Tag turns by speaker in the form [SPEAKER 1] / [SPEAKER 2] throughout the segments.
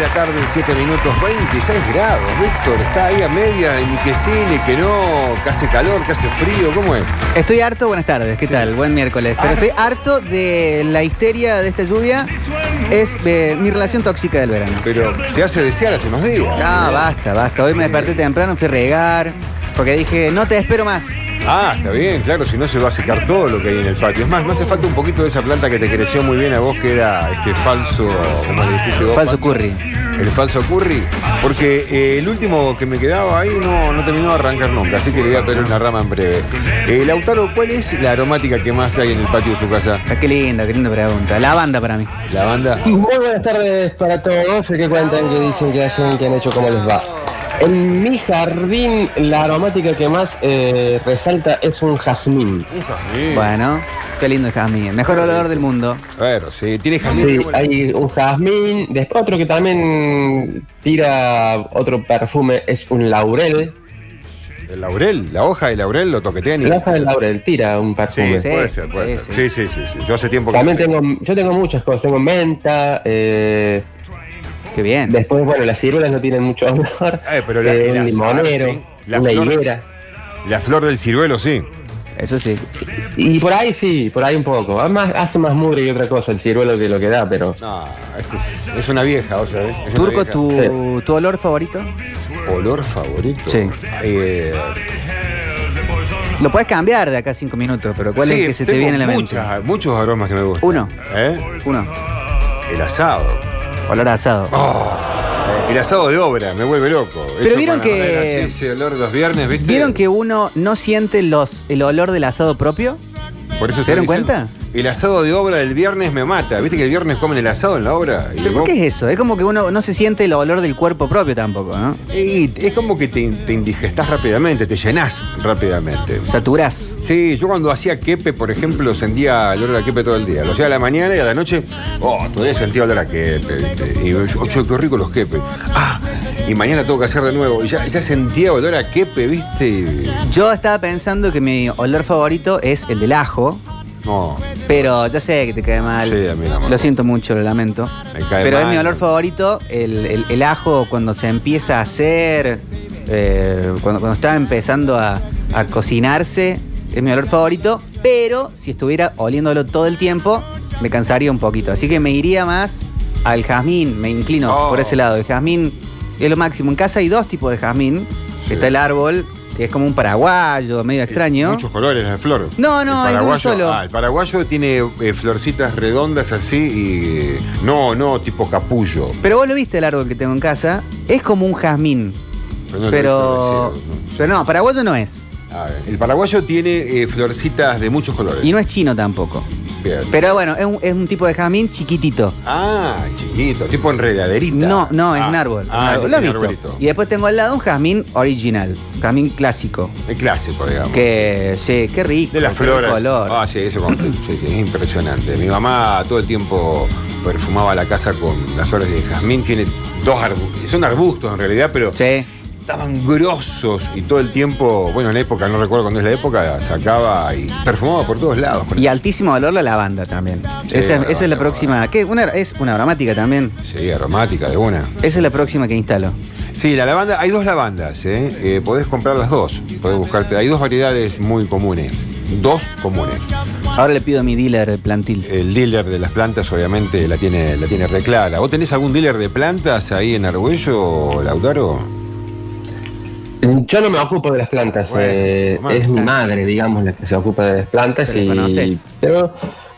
[SPEAKER 1] la tarde, 7 minutos, 26 grados. Víctor, está ahí a media, y ni que sí, ni que no, que hace calor, que hace frío, ¿cómo es?
[SPEAKER 2] Estoy harto, buenas tardes, ¿qué tal? Buen miércoles.
[SPEAKER 1] Ah.
[SPEAKER 2] Pero estoy harto de la histeria de esta lluvia. Es eh, mi relación tóxica del verano.
[SPEAKER 1] Pero se hace desear hace unos días.
[SPEAKER 2] No, Ah, basta, basta. Hoy me desperté temprano, fui a regar, porque dije, no te espero más.
[SPEAKER 1] Ah, está bien, claro, si no se va a secar todo lo que hay en el patio. Es más, no hace falta un poquito de esa planta que te creció muy bien a vos, que era este falso, como le dijiste vos.
[SPEAKER 2] Falso curry.
[SPEAKER 1] El falso curry, porque eh, el último que me quedaba ahí no, no terminó de arrancar nunca, así que le voy a pedir una rama en breve. Eh, Lautaro, ¿cuál es la aromática que más hay en el patio de su casa?
[SPEAKER 2] Ah, Qué linda, qué linda pregunta. La banda para mí.
[SPEAKER 1] ¿Lavanda?
[SPEAKER 3] Muy buenas tardes para todos. ¿Qué cuentan? ¿Qué dicen? ¿Qué hacen? ¿Qué han hecho? ¿Cómo les va? En mi jardín, la aromática que más eh, resalta es un jazmín.
[SPEAKER 1] Sí.
[SPEAKER 2] Bueno, qué lindo el jazmín. Mejor olor del mundo.
[SPEAKER 1] Bueno, sí, tiene jazmín.
[SPEAKER 3] Sí, hay un jazmín. Después otro que también tira otro perfume es un laurel.
[SPEAKER 1] El laurel, la hoja de laurel lo toquetean y...
[SPEAKER 3] La hoja del laurel tira un perfume.
[SPEAKER 1] Sí,
[SPEAKER 2] Sí,
[SPEAKER 1] puede ser, puede
[SPEAKER 2] sí,
[SPEAKER 1] ser. Sí, sí, sí, sí. Yo hace tiempo que...
[SPEAKER 3] También tengo, yo tengo muchas cosas. Tengo menta. eh,
[SPEAKER 2] Qué bien.
[SPEAKER 3] después, bueno, las ciruelas no tienen mucho olor.
[SPEAKER 1] Eh, pero la-
[SPEAKER 3] Eh, un
[SPEAKER 1] el azar,
[SPEAKER 3] limonero,
[SPEAKER 1] sí. La
[SPEAKER 3] una
[SPEAKER 1] flor de-
[SPEAKER 3] higuera.
[SPEAKER 1] La flor del ciruelo, sí.
[SPEAKER 2] Eso sí.
[SPEAKER 3] Y por ahí sí, por ahí un poco. Además, hace más mugre que otra cosa el ciruelo que lo que da, pero.
[SPEAKER 1] No, esto es, es una vieja, o sea, es- es una
[SPEAKER 2] Turco,
[SPEAKER 1] vieja.
[SPEAKER 2] tu,
[SPEAKER 3] Sí.
[SPEAKER 2] tu olor favorito.
[SPEAKER 1] olor favorito.
[SPEAKER 2] Sí.
[SPEAKER 1] Eh,
[SPEAKER 2] Lo puedes cambiar de acá a cinco minutos, pero ¿cuál es
[SPEAKER 1] sí,
[SPEAKER 2] el que se te
[SPEAKER 1] tengo
[SPEAKER 2] viene a la mente?
[SPEAKER 1] muchas- Muchos aromas que me gustan.
[SPEAKER 2] Uno.
[SPEAKER 1] ¿Eh?
[SPEAKER 2] Uno.
[SPEAKER 1] El asado.
[SPEAKER 2] Olor a asado.
[SPEAKER 1] Oh, el asado de obra, me vuelve loco.
[SPEAKER 2] Pero vieron
[SPEAKER 1] con la
[SPEAKER 2] que-
[SPEAKER 1] madera, sí, ese olor de los viernes, ¿viste?
[SPEAKER 2] ¿Vieron que uno no siente los, el olor del asado propio?
[SPEAKER 1] Por eso
[SPEAKER 2] ¿Se
[SPEAKER 1] estoy
[SPEAKER 2] dieron
[SPEAKER 1] diciendo,
[SPEAKER 2] cuenta?
[SPEAKER 1] El asado de obra del viernes me mata. ¿Viste que el viernes comen el asado en la obra? Y
[SPEAKER 2] ¿Pero por
[SPEAKER 1] vos-
[SPEAKER 2] qué es eso? Es como que uno no se siente el olor del cuerpo propio tampoco, ¿no?
[SPEAKER 1] Y es como que te, te indigestás rápidamente, te llenás rápidamente.
[SPEAKER 2] Saturás.
[SPEAKER 1] Sí, yo cuando hacía quepe, por ejemplo, sentía el olor a quepe todo el día. Lo hacía a la mañana y a la noche, oh, todavía sentía olor a quepe. ¿viste? Y yo, "Ocho, qué rico los quepe. Ah, y mañana tengo que hacer de nuevo. Y ya, ya sentía olor a quepe, ¿viste? Y-
[SPEAKER 2] Yo estaba pensando que mi olor favorito es el del ajo,
[SPEAKER 1] No,
[SPEAKER 2] pero ya sé que te cae mal.
[SPEAKER 1] Sí, a mí no me
[SPEAKER 2] lo
[SPEAKER 1] gusta.
[SPEAKER 2] siento mucho, lo lamento.
[SPEAKER 1] Me cae
[SPEAKER 2] pero
[SPEAKER 1] mal.
[SPEAKER 2] es mi olor favorito el, el- el ajo cuando se empieza a hacer, eh, cuando, cuando está empezando a, a cocinarse, es mi olor favorito, pero si estuviera oliéndolo todo el tiempo, me cansaría un poquito. Así que me iría más al jazmín, me inclino
[SPEAKER 1] Oh.
[SPEAKER 2] por ese lado. El jazmín es lo máximo. En casa hay dos tipos de jazmín.
[SPEAKER 1] Sí.
[SPEAKER 2] Está el árbol, que es como un paraguayo, medio extraño.
[SPEAKER 1] Eh, Muchos colores la flor.
[SPEAKER 2] No, no,
[SPEAKER 1] el
[SPEAKER 2] hay
[SPEAKER 1] paraguayo,
[SPEAKER 2] uno solo.
[SPEAKER 1] Ah, el paraguayo tiene eh, florcitas redondas así y. eh, No, no, tipo capullo.
[SPEAKER 2] Pero vos lo viste el árbol que tengo en casa. Es como un jazmín.
[SPEAKER 1] no lo
[SPEAKER 2] Pero.
[SPEAKER 1] he florecido,
[SPEAKER 2] Pero no, paraguayo no es.
[SPEAKER 1] no. A ver, el paraguayo tiene eh, florcitas de muchos colores.
[SPEAKER 2] Y no es chino tampoco.
[SPEAKER 1] Bien.
[SPEAKER 2] Pero bueno, es un, es un tipo de jazmín chiquitito.
[SPEAKER 1] Ah, chiquito, tipo enredaderita.
[SPEAKER 2] No, no, es
[SPEAKER 1] Ah,
[SPEAKER 2] un árbol. un
[SPEAKER 1] Ah,
[SPEAKER 2] árbol.
[SPEAKER 1] este
[SPEAKER 2] Lo he
[SPEAKER 1] tiene
[SPEAKER 2] visto.
[SPEAKER 1] arbolito.
[SPEAKER 2] Y después tengo al lado un jazmín original. Jazmín clásico.
[SPEAKER 1] Es clásico, digamos.
[SPEAKER 2] Que, sí, qué rico.
[SPEAKER 1] De las
[SPEAKER 2] qué
[SPEAKER 1] flores.
[SPEAKER 2] color.
[SPEAKER 1] Ah, sí, eso con- sí, sí, es impresionante. Mi mamá todo el tiempo perfumaba la casa con las flores de jazmín. Tiene dos arbustos, son arbustos en realidad, pero
[SPEAKER 2] Sí.
[SPEAKER 1] estaban grosos y todo el tiempo, bueno, en la época, no recuerdo cuándo es la época, sacaba y perfumaba por todos lados.
[SPEAKER 2] Y altísimo valor la lavanda también.
[SPEAKER 1] Sí,
[SPEAKER 2] esa
[SPEAKER 1] la
[SPEAKER 2] esa es
[SPEAKER 1] lavanda,
[SPEAKER 2] la próxima. ¿Qué? Una, es una aromática también.
[SPEAKER 1] Sí, aromática de una.
[SPEAKER 2] Esa es la próxima que instalo.
[SPEAKER 1] Sí, la lavanda, hay dos lavandas, ¿eh? Eh, podés comprar las dos, podés buscarte. Hay dos variedades muy comunes, dos comunes.
[SPEAKER 2] Ahora le pido a mi dealer el plantil.
[SPEAKER 1] El dealer de las plantas obviamente la tiene, la tiene reclara. ¿Vos tenés algún dealer de plantas ahí en Argüello, Lautaro?
[SPEAKER 3] Yo no me ocupo de las plantas.
[SPEAKER 1] Bueno,
[SPEAKER 3] eh,
[SPEAKER 1] mamá.
[SPEAKER 3] es mi madre, digamos, la que se ocupa de las plantas.
[SPEAKER 2] Pero
[SPEAKER 3] y,
[SPEAKER 2] conoces.
[SPEAKER 3] Pero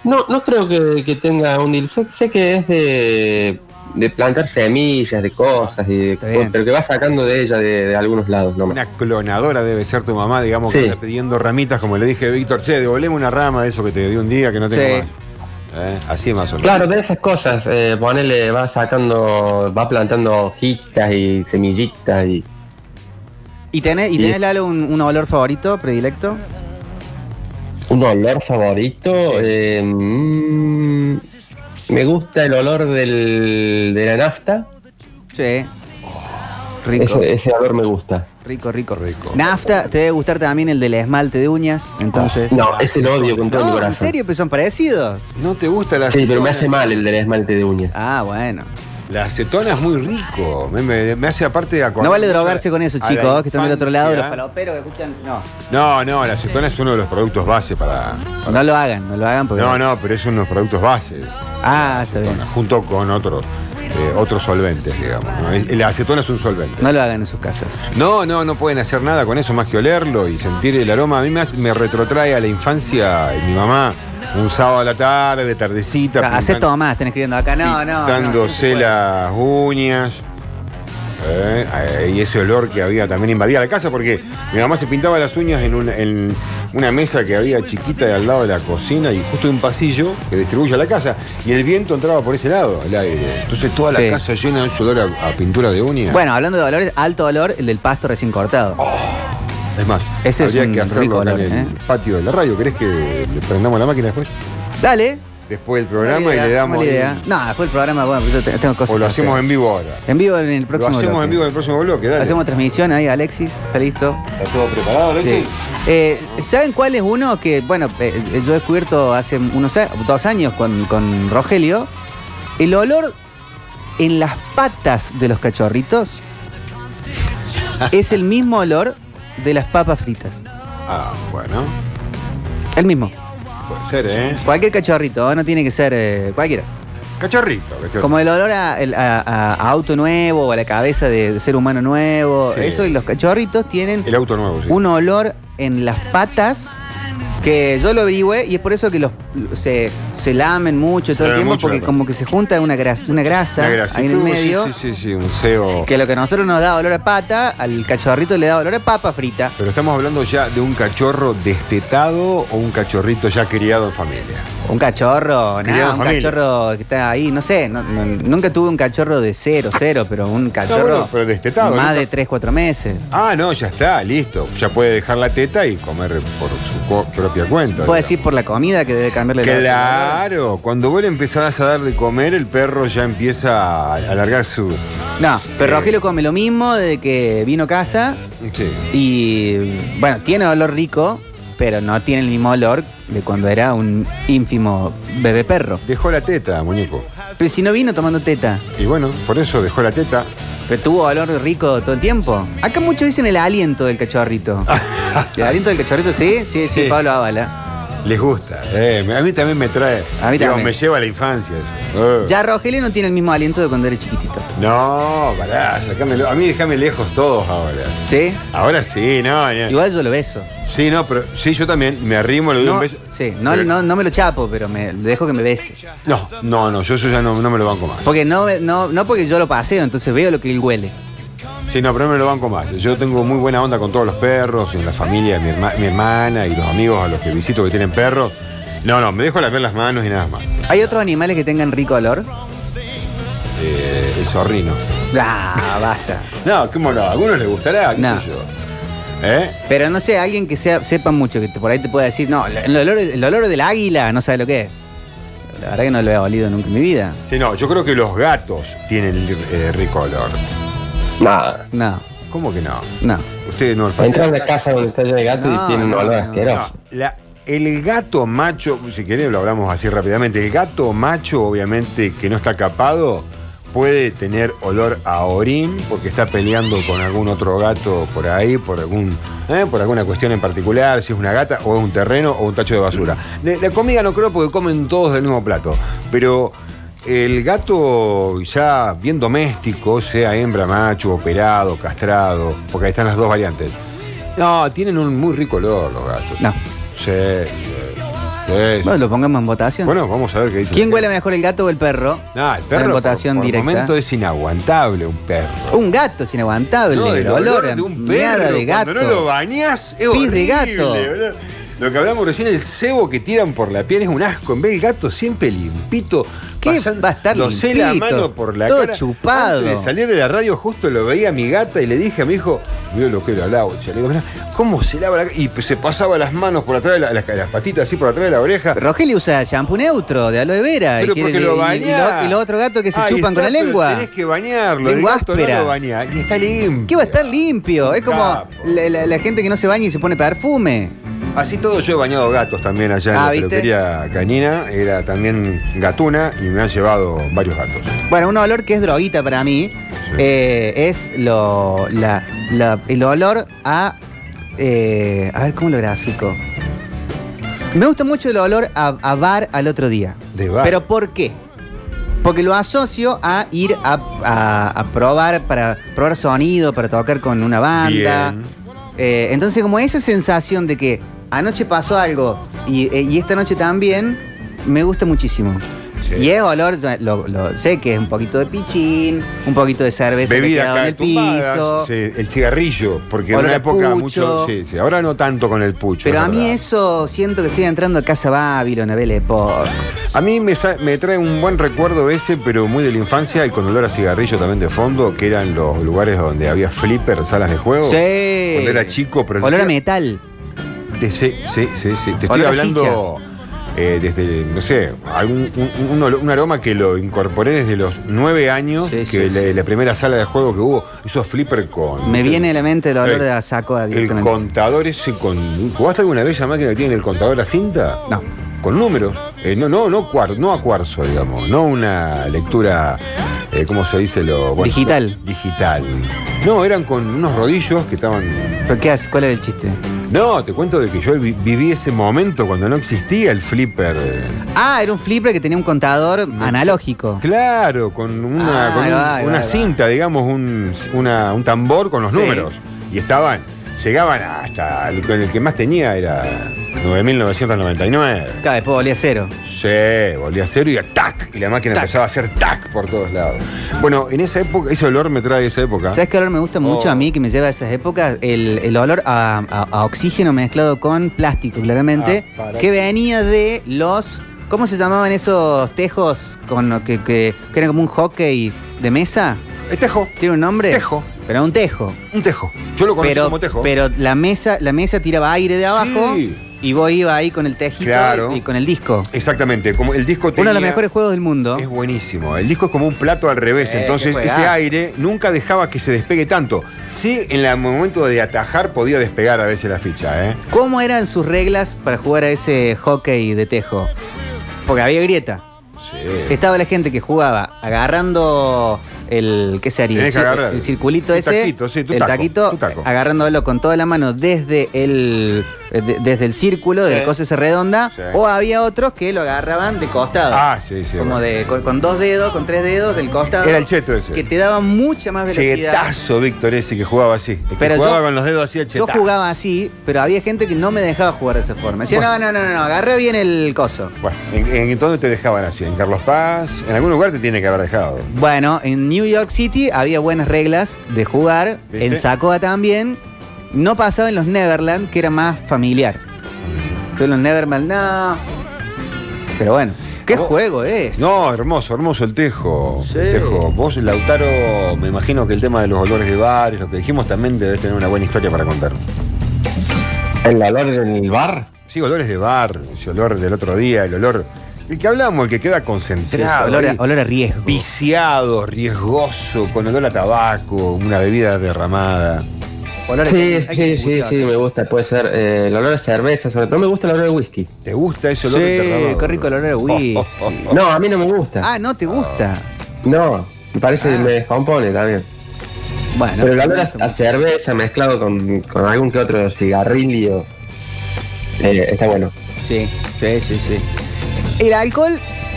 [SPEAKER 3] no, no creo que, que tenga un deal. Sé, sé que es de, de plantar semillas, de cosas, y de
[SPEAKER 2] Está
[SPEAKER 3] cosas,
[SPEAKER 2] bien.
[SPEAKER 3] pero que va sacando de ella de, de algunos lados nomás.
[SPEAKER 1] Una clonadora debe ser tu mamá, digamos, que
[SPEAKER 3] Sí.
[SPEAKER 1] está pidiendo ramitas, como le dije a Víctor, che, devolveme una rama de eso que te di un día que no tengo
[SPEAKER 2] Sí.
[SPEAKER 1] más. ¿Eh? Así más o menos.
[SPEAKER 3] Claro, de esas cosas, eh, ponele, va sacando, va plantando hojitas y semillitas y
[SPEAKER 2] ¿Y tenés, y
[SPEAKER 3] Sí.
[SPEAKER 2] tenés, Lalo, un, un olor favorito, predilecto?
[SPEAKER 3] un olor favorito. eh, mm, me gusta el olor del, de la nafta.
[SPEAKER 2] Sí. Rico,
[SPEAKER 3] Ese, ese olor me gusta.
[SPEAKER 2] rico, rico,
[SPEAKER 1] Rico.
[SPEAKER 2] Nafta, te debe gustar también el del esmalte de uñas, entonces.
[SPEAKER 1] Oh,
[SPEAKER 3] No, ese lo odio con todo mi
[SPEAKER 2] No, en
[SPEAKER 3] corazón.
[SPEAKER 2] serio, pero son parecidos.
[SPEAKER 1] ¿No te gusta la
[SPEAKER 3] Sí, pero me
[SPEAKER 1] acetona?
[SPEAKER 3] hace mal el del esmalte de uñas.
[SPEAKER 2] Ah, bueno.
[SPEAKER 1] La acetona es muy rico. Me, me- me hace aparte acordar.
[SPEAKER 2] No vale
[SPEAKER 1] mucho
[SPEAKER 2] drogarse
[SPEAKER 1] a-
[SPEAKER 2] con eso,
[SPEAKER 1] a la
[SPEAKER 2] chicos, que están del otro lado, los
[SPEAKER 1] infancia. ¿eh?
[SPEAKER 2] faloperos que escuchan. No,
[SPEAKER 1] No, no, la acetona es uno de los productos base para.
[SPEAKER 2] no lo hagan, no lo hagan porque.
[SPEAKER 1] No, no, pero es uno de los productos base.
[SPEAKER 2] Ah, está bien.
[SPEAKER 1] Acetona, junto con otros eh, otros solventes, digamos. ¿no? Es- La acetona es un solvente.
[SPEAKER 2] No lo hagan en sus casas.
[SPEAKER 1] No, no, no pueden hacer nada con eso más que olerlo y sentir el aroma. A mí me, hace- me retrotrae a la infancia y mi mamá un sábado a la tarde, tardecita.
[SPEAKER 2] Hace
[SPEAKER 1] pintando-
[SPEAKER 2] Ah, todo más, están escribiendo acá. No, no. no, sí,
[SPEAKER 1] Pintándose
[SPEAKER 2] sí,
[SPEAKER 1] las uñas. Eh, eh, y ese olor que había también invadía la casa porque mi mamá se pintaba las uñas en una, en una mesa que había chiquita de al lado de la cocina y justo de un pasillo que distribuye a la casa y el viento entraba por ese lado, el aire. Entonces toda la
[SPEAKER 2] Sí.
[SPEAKER 1] casa llena de ese olor a, a pintura de uñas.
[SPEAKER 2] Bueno, hablando de dolores, alto dolor, el del pasto recién cortado.
[SPEAKER 1] Oh. es más,
[SPEAKER 2] ese es
[SPEAKER 1] habría
[SPEAKER 2] un
[SPEAKER 1] que hacerlo
[SPEAKER 2] rico
[SPEAKER 1] acá
[SPEAKER 2] olor,
[SPEAKER 1] en el
[SPEAKER 2] ¿eh?
[SPEAKER 1] patio de la radio. ¿Querés que le prendamos la máquina después?
[SPEAKER 2] Dale.
[SPEAKER 1] Después del
[SPEAKER 2] buena
[SPEAKER 1] programa y
[SPEAKER 2] idea,
[SPEAKER 1] le damos.
[SPEAKER 2] buena
[SPEAKER 1] ahí-
[SPEAKER 2] idea. No, después el programa, bueno, pues yo te- tengo cosas.
[SPEAKER 1] o lo
[SPEAKER 2] que hacer.
[SPEAKER 1] hacemos en vivo ahora.
[SPEAKER 2] En vivo en el
[SPEAKER 1] Lo
[SPEAKER 2] próximo.
[SPEAKER 1] hacemos
[SPEAKER 2] bloque.
[SPEAKER 1] en vivo en el próximo bloque, dale.
[SPEAKER 2] Hacemos transmisión ahí, Alexis. ¿Está listo?
[SPEAKER 1] ¿Está todo preparado, Alexis?
[SPEAKER 2] Sí. Eh, ¿Saben cuál es uno que, bueno, eh, eh, yo he descubierto hace unos a- dos años con, con Rogelio? El olor en las patas de los cachorritos es el mismo olor de las papas fritas.
[SPEAKER 1] Ah, bueno.
[SPEAKER 2] El mismo.
[SPEAKER 1] Puede ser, ¿eh?
[SPEAKER 2] Cualquier cachorrito, ¿eh? no tiene que ser eh, cualquiera.
[SPEAKER 1] Cachorrito, cachorrito.
[SPEAKER 2] Como el olor a, el- a- a- a auto nuevo o a la cabeza de, de ser humano nuevo.
[SPEAKER 1] Sí.
[SPEAKER 2] Eso y los cachorritos tienen
[SPEAKER 1] El auto nuevo, sí.
[SPEAKER 2] un olor en las patas que yo lo averigüé y es por eso que los se, se lamen mucho
[SPEAKER 1] Se
[SPEAKER 2] todo el
[SPEAKER 1] lamen
[SPEAKER 2] tiempo
[SPEAKER 1] mucho la
[SPEAKER 2] porque
[SPEAKER 1] pata.
[SPEAKER 2] como que se junta una grasa, una grasa,
[SPEAKER 1] Una grasitud,
[SPEAKER 2] ahí en el medio
[SPEAKER 1] Sí, sí, sí, sí, un CEO.
[SPEAKER 2] que lo que a nosotros nos da olor a pata al cachorrito le da olor a papa frita
[SPEAKER 1] Pero estamos hablando ya de un cachorro destetado o un cachorrito ya criado en familia.
[SPEAKER 2] un cachorro
[SPEAKER 1] Criado
[SPEAKER 2] nada
[SPEAKER 1] en
[SPEAKER 2] un
[SPEAKER 1] familia.
[SPEAKER 2] cachorro que está ahí no sé no- no- nunca tuve un cachorro de cero cero pero un cachorro
[SPEAKER 1] bueno, pero destetado,
[SPEAKER 2] más
[SPEAKER 1] nunca-
[SPEAKER 2] de 3, 4 meses
[SPEAKER 1] Ah, no, ya está, listo. Ya puede dejar la teta y comer por su co- propia cuenta.
[SPEAKER 2] puedo
[SPEAKER 1] digamos.
[SPEAKER 2] decir por la comida que debe cambiarle el olor.
[SPEAKER 1] Claro, cuando vos le empezás a dar de comer, el perro ya empieza a alargar su.
[SPEAKER 2] no pero
[SPEAKER 1] Eh.
[SPEAKER 2] Rogelio come lo mismo desde que vino a casa
[SPEAKER 1] Sí.
[SPEAKER 2] Y bueno, tiene olor rico, pero no tiene el mismo olor de cuando era un ínfimo bebé perro.
[SPEAKER 1] Dejó la teta, muñeco.
[SPEAKER 2] Pero si no vino tomando teta,
[SPEAKER 1] Y bueno, por eso dejó la teta.
[SPEAKER 2] pero tuvo olor rico todo el tiempo. Acá muchos dicen el aliento del cachorrito. ¿El aliento del cachorrito? Sí, sí, sí,
[SPEAKER 1] Sí.
[SPEAKER 2] Pablo Ábala.
[SPEAKER 1] Les gusta. Eh, a mí también me trae.
[SPEAKER 2] A mí
[SPEAKER 1] digo,
[SPEAKER 2] también.
[SPEAKER 1] me lleva a la infancia. eso. Eh.
[SPEAKER 2] Ya Rogelio no tiene el mismo aliento de cuando era chiquitito.
[SPEAKER 1] No, pará, sacámelo. A mí déjame lejos todos ahora.
[SPEAKER 2] ¿Sí?
[SPEAKER 1] Ahora sí, no, no.
[SPEAKER 2] Igual yo lo beso.
[SPEAKER 1] Sí, no, pero sí, yo también me arrimo, le doy
[SPEAKER 2] No,
[SPEAKER 1] un beso.
[SPEAKER 2] sí, no,
[SPEAKER 1] Pero-
[SPEAKER 2] no, no me lo chapo, pero me dejo que me bese.
[SPEAKER 1] No, no, no, yo eso ya no, no me lo banco más.
[SPEAKER 2] Porque no, no, no porque yo lo paseo, entonces veo lo que él huele.
[SPEAKER 1] Sí, no, pero no me lo banco más. Yo tengo muy buena onda con todos los perros, y en la familia, mi, herma- mi hermana y los amigos a los que visito que tienen perros. No, no, me dejo lamer las manos y nada más.
[SPEAKER 2] ¿Hay otros animales que tengan rico olor?
[SPEAKER 1] Eh, el zorrino.
[SPEAKER 2] Ah, basta.
[SPEAKER 1] No, cómo no, a algunos les gustará, qué
[SPEAKER 2] No.
[SPEAKER 1] sé yo. ¿Eh?
[SPEAKER 2] Pero no sé, alguien que sea, sepa mucho, que te- por ahí te pueda decir, no, el, el olor, el olor del águila, no sabe lo que es. La verdad que no lo he olido nunca en mi vida.
[SPEAKER 1] Sí, no, yo creo que los gatos tienen eh, rico olor.
[SPEAKER 3] Nada.
[SPEAKER 2] No,
[SPEAKER 1] ¿Cómo que no?
[SPEAKER 2] no.
[SPEAKER 1] Ustedes no olfatean.
[SPEAKER 3] Entra a una casa donde está lleno de gato
[SPEAKER 2] No,
[SPEAKER 3] y tiene un
[SPEAKER 2] no,
[SPEAKER 3] olor
[SPEAKER 2] no,
[SPEAKER 1] No,
[SPEAKER 3] asqueroso.
[SPEAKER 1] la- el gato macho, si querés lo hablamos así rápidamente, el gato macho obviamente que no está capado puede tener olor a orín porque está peleando con algún otro gato por ahí, por algún ¿eh? por alguna cuestión en particular, si es una gata o es un terreno o un tacho de basura. De- la comida no creo porque comen todos del mismo plato, pero el gato ya bien doméstico, sea hembra, macho, operado, castrado, porque ahí están las dos variantes. No, tienen un muy rico olor los gatos.
[SPEAKER 2] No.
[SPEAKER 1] Sí, sí, sí.
[SPEAKER 2] Bueno, lo pongamos en votación.
[SPEAKER 1] Bueno, vamos a ver qué dice.
[SPEAKER 2] ¿Quién huele mejor, el gato o el perro?
[SPEAKER 1] Ah, el perro.
[SPEAKER 2] En
[SPEAKER 1] por-
[SPEAKER 2] votación
[SPEAKER 1] por,
[SPEAKER 2] directa.
[SPEAKER 1] momento es inaguantable un perro.
[SPEAKER 2] Un gato es inaguantable.
[SPEAKER 1] No,
[SPEAKER 2] el
[SPEAKER 1] el
[SPEAKER 2] olor,
[SPEAKER 1] olor de un
[SPEAKER 2] a
[SPEAKER 1] perro.
[SPEAKER 2] meada de gato.
[SPEAKER 1] Cuando no lo bañás, es
[SPEAKER 2] Pis de
[SPEAKER 1] horrible.
[SPEAKER 2] gato.
[SPEAKER 1] boludo. Lo que hablamos recién, el cebo que tiran por la piel es un asco. En vez del gato siempre limpito.
[SPEAKER 2] ¿Qué va a estar
[SPEAKER 1] lo sé la
[SPEAKER 2] limpito?
[SPEAKER 1] mano por la
[SPEAKER 2] Todo
[SPEAKER 1] cara.
[SPEAKER 2] chupado.
[SPEAKER 1] Antes de salir de la radio justo lo veía a mi gata y le dije a mi hijo, mira lo que era la ocha. Le digo, "Mirá, ¿cómo se lava la cara? Y se pasaba las manos por atrás de la- las, las patitas así por atrás de la oreja.
[SPEAKER 2] Rogelio usa shampoo neutro de aloe vera.
[SPEAKER 1] Pero
[SPEAKER 2] y, quiere-
[SPEAKER 1] porque
[SPEAKER 2] y-
[SPEAKER 1] lo
[SPEAKER 2] y-
[SPEAKER 1] bañás.
[SPEAKER 2] y lo- y los otros gatos que se
[SPEAKER 1] Ahí
[SPEAKER 2] chupan
[SPEAKER 1] está,
[SPEAKER 2] con la
[SPEAKER 1] pero
[SPEAKER 2] lengua.
[SPEAKER 1] Tenés que bañarlo. el
[SPEAKER 2] Lengua
[SPEAKER 1] gato no
[SPEAKER 2] áspera.
[SPEAKER 1] lo bañás. Y está limpio.
[SPEAKER 2] ¿Qué va a estar limpio? Es como
[SPEAKER 1] Capo.
[SPEAKER 2] la, la- la gente que no se baña y se pone perfume.
[SPEAKER 1] Así todo, yo he bañado gatos también allá en
[SPEAKER 2] Ah,
[SPEAKER 1] la
[SPEAKER 2] ¿viste?
[SPEAKER 1] peluquería canina. Era también gatuna y me han llevado varios gatos.
[SPEAKER 2] Bueno, un olor que es droguita para mí eh, es lo, la- la- el olor a. eh, a ver, ¿cómo lo grafico? Me gusta mucho el olor a, a bar al otro día.
[SPEAKER 1] De bar.
[SPEAKER 2] ¿Pero por qué? Porque lo asocio a ir a, a- a probar, para probar sonido, para tocar con una banda.
[SPEAKER 1] Bien.
[SPEAKER 2] Eh, entonces, como esa sensación de que anoche pasó algo y, eh, y esta noche también, me gusta muchísimo.
[SPEAKER 1] Sí.
[SPEAKER 2] Y es olor, lo, lo- sé que es un poquito de pichín, un poquito de cerveza que
[SPEAKER 1] Bebidas
[SPEAKER 2] quedado en el piso.
[SPEAKER 1] catumbadas, sí, el cigarrillo, porque en
[SPEAKER 2] Olor
[SPEAKER 1] una
[SPEAKER 2] a
[SPEAKER 1] época
[SPEAKER 2] pucho.
[SPEAKER 1] mucho. Sí, sí, ahora no tanto con el pucho.
[SPEAKER 2] Pero
[SPEAKER 1] es
[SPEAKER 2] a mí
[SPEAKER 1] verdad.
[SPEAKER 2] eso siento que estoy entrando a Casa Babylon, a Belle Époque.
[SPEAKER 1] A mí me, sa- me trae un buen recuerdo ese, pero muy de la infancia, y con olor a cigarrillo también de fondo, que eran los lugares donde había flipper, salas de juego.
[SPEAKER 2] Sí.
[SPEAKER 1] Cuando era chico, pero.
[SPEAKER 2] Olor a
[SPEAKER 1] te-
[SPEAKER 2] metal.
[SPEAKER 1] te- sí, sí, sí, sí. Te estoy
[SPEAKER 2] Olor a
[SPEAKER 1] hablando eh, desde, no sé, algún, un, un olor- un aroma que lo incorporé desde los nueve años,
[SPEAKER 2] Sí,
[SPEAKER 1] que
[SPEAKER 2] sí,
[SPEAKER 1] la,
[SPEAKER 2] sí.
[SPEAKER 1] la primera sala de juego que hubo, esos flipper con.
[SPEAKER 2] Me viene a la mente el olor
[SPEAKER 1] Eh,
[SPEAKER 2] de la sacoa
[SPEAKER 1] El
[SPEAKER 2] directamente.
[SPEAKER 1] contador ese con. ¿Jugaste alguna vez a máquina que tiene el contador a cinta?
[SPEAKER 2] No.
[SPEAKER 1] Con números. Eh, no, no, no, cuar- no a cuarzo, digamos. No una lectura. eh, ¿Cómo se dice lo?
[SPEAKER 2] Digital.
[SPEAKER 1] lo- digital. No, eran con unos rodillos que estaban.
[SPEAKER 2] ¿Pero qué haces? ¿Cuál era el chiste?
[SPEAKER 1] No, te cuento de que yo vi- viví ese momento cuando no existía el flipper.
[SPEAKER 2] Ah, era un flipper que tenía un contador analógico.
[SPEAKER 1] Claro, con una,
[SPEAKER 2] Ah,
[SPEAKER 1] con
[SPEAKER 2] ahí
[SPEAKER 1] un-
[SPEAKER 2] va, ahí va,
[SPEAKER 1] una
[SPEAKER 2] ahí va.
[SPEAKER 1] cinta, digamos, un, una- un tambor con los
[SPEAKER 2] Sí.
[SPEAKER 1] números. Y estaban, llegaban hasta, el, con el que más tenía era 9.999.
[SPEAKER 2] Claro, después volvía a cero.
[SPEAKER 1] Sí, volvía a cero y a tac, y la máquina
[SPEAKER 2] Tac.
[SPEAKER 1] empezaba a hacer tac por todos lados. Bueno, en esa época, ese olor me trae esa época.
[SPEAKER 2] ¿Sabes qué olor me gusta mucho
[SPEAKER 1] Oh.
[SPEAKER 2] a mí que me lleva a esas épocas? El, el olor a, a- a oxígeno mezclado con plástico, claramente,
[SPEAKER 1] Ah, para-
[SPEAKER 2] que venía de los. ¿Cómo se llamaban esos tejos con lo que, que, que eran como un hockey de mesa?
[SPEAKER 1] El tejo,
[SPEAKER 2] ¿Tiene un nombre?
[SPEAKER 1] Tejo.
[SPEAKER 2] Pero era un tejo.
[SPEAKER 1] un tejo. Yo lo conocí
[SPEAKER 2] Pero,
[SPEAKER 1] como tejo.
[SPEAKER 2] pero la mesa, la mesa tiraba aire de abajo
[SPEAKER 1] Sí.
[SPEAKER 2] y vos ibas ahí con el tejito
[SPEAKER 1] Claro.
[SPEAKER 2] y, y con el disco.
[SPEAKER 1] Exactamente, como el disco
[SPEAKER 2] Uno de los
[SPEAKER 1] tenía-
[SPEAKER 2] mejores juegos del mundo.
[SPEAKER 1] Es buenísimo. El disco es como un plato al revés.
[SPEAKER 2] Eh,
[SPEAKER 1] Entonces,
[SPEAKER 2] qué juegazo.
[SPEAKER 1] ese aire nunca dejaba que se despegue tanto. Sí, en el momento de atajar podía despegar a veces la ficha, ¿eh?
[SPEAKER 2] ¿Cómo eran sus reglas para jugar a ese hockey de tejo? Porque había grieta.
[SPEAKER 1] Sí.
[SPEAKER 2] Estaba la gente que jugaba agarrando el. ¿Qué sería?
[SPEAKER 1] Tenés que
[SPEAKER 2] el, cir-
[SPEAKER 1] agarrar.
[SPEAKER 2] el circulito
[SPEAKER 1] Tu
[SPEAKER 2] ese.
[SPEAKER 1] taquito, sí, tu
[SPEAKER 2] el
[SPEAKER 1] taco,
[SPEAKER 2] taquito.
[SPEAKER 1] tu taco.
[SPEAKER 2] Agarrándolo con toda la mano desde el. eh, de- desde el círculo, de
[SPEAKER 1] Sí.
[SPEAKER 2] la cosa esa redonda.
[SPEAKER 1] Sí.
[SPEAKER 2] O había otros que lo agarraban de costado.
[SPEAKER 1] Ah, sí, sí.
[SPEAKER 2] como
[SPEAKER 1] bueno.
[SPEAKER 2] de. Con, con dos dedos, con tres dedos del costado.
[SPEAKER 1] Era el cheto ese.
[SPEAKER 2] Que te daba mucha más velocidad.
[SPEAKER 1] Chetazo, Víctor, ese que jugaba así. El que
[SPEAKER 2] Pero
[SPEAKER 1] jugaba
[SPEAKER 2] yo-
[SPEAKER 1] con los dedos así el
[SPEAKER 2] Yo
[SPEAKER 1] chetazo.
[SPEAKER 2] jugaba así, pero había gente que no me dejaba jugar de esa forma. Decía,
[SPEAKER 1] Bueno.
[SPEAKER 2] no, no, no, no, agarré bien el coso.
[SPEAKER 1] Bueno, ¿en, en dónde te dejaban así? ¿En Carlos Paz? En algún lugar te tiene que haber dejado.
[SPEAKER 2] Bueno, en New York City había buenas reglas de jugar,
[SPEAKER 1] ¿Viste?
[SPEAKER 2] en Sacoa también. No pasaba en los Neverland, que era más familiar. Entonces los Neverland, no. Pero bueno, ¿qué
[SPEAKER 1] ¿Cómo?
[SPEAKER 2] juego es?
[SPEAKER 1] Oh. No, hermoso, hermoso el tejo.
[SPEAKER 2] Sí.
[SPEAKER 1] El tejo. Vos, Lautaro, me imagino que el tema de los olores de bares, lo que dijimos, también debes tener una buena historia para contar.
[SPEAKER 3] ¿El valor del bar?
[SPEAKER 1] Sí, olores de bar, ese olor del otro día, el olor. El que hablamos, el que queda
[SPEAKER 2] Sí,
[SPEAKER 1] concentrado.
[SPEAKER 2] olor, a,
[SPEAKER 1] ahí,
[SPEAKER 2] olor a riesgo.
[SPEAKER 1] Viciado, riesgoso, con olor a tabaco, una bebida derramada.
[SPEAKER 2] Olor a-
[SPEAKER 3] Sí,
[SPEAKER 2] hay
[SPEAKER 3] sí, sí,
[SPEAKER 2] discusión.
[SPEAKER 3] sí, me gusta. Puede ser eh, el olor a cerveza, sobre todo me gusta el olor de whisky.
[SPEAKER 1] ¿Te gusta ese olor
[SPEAKER 2] Sí,
[SPEAKER 1] enterrador?
[SPEAKER 2] qué rico el olor a whisky.
[SPEAKER 3] No, a mí no me gusta.
[SPEAKER 2] Oh. Ah, no te gusta.
[SPEAKER 1] Ah.
[SPEAKER 3] No, me parece que me descompone también.
[SPEAKER 2] Bueno,
[SPEAKER 3] Pero el olor a,
[SPEAKER 2] no te
[SPEAKER 3] a cerveza mezclado con, con algún que otro cigarrillo eh, está bueno.
[SPEAKER 2] Sí, sí, sí, sí. El alcohol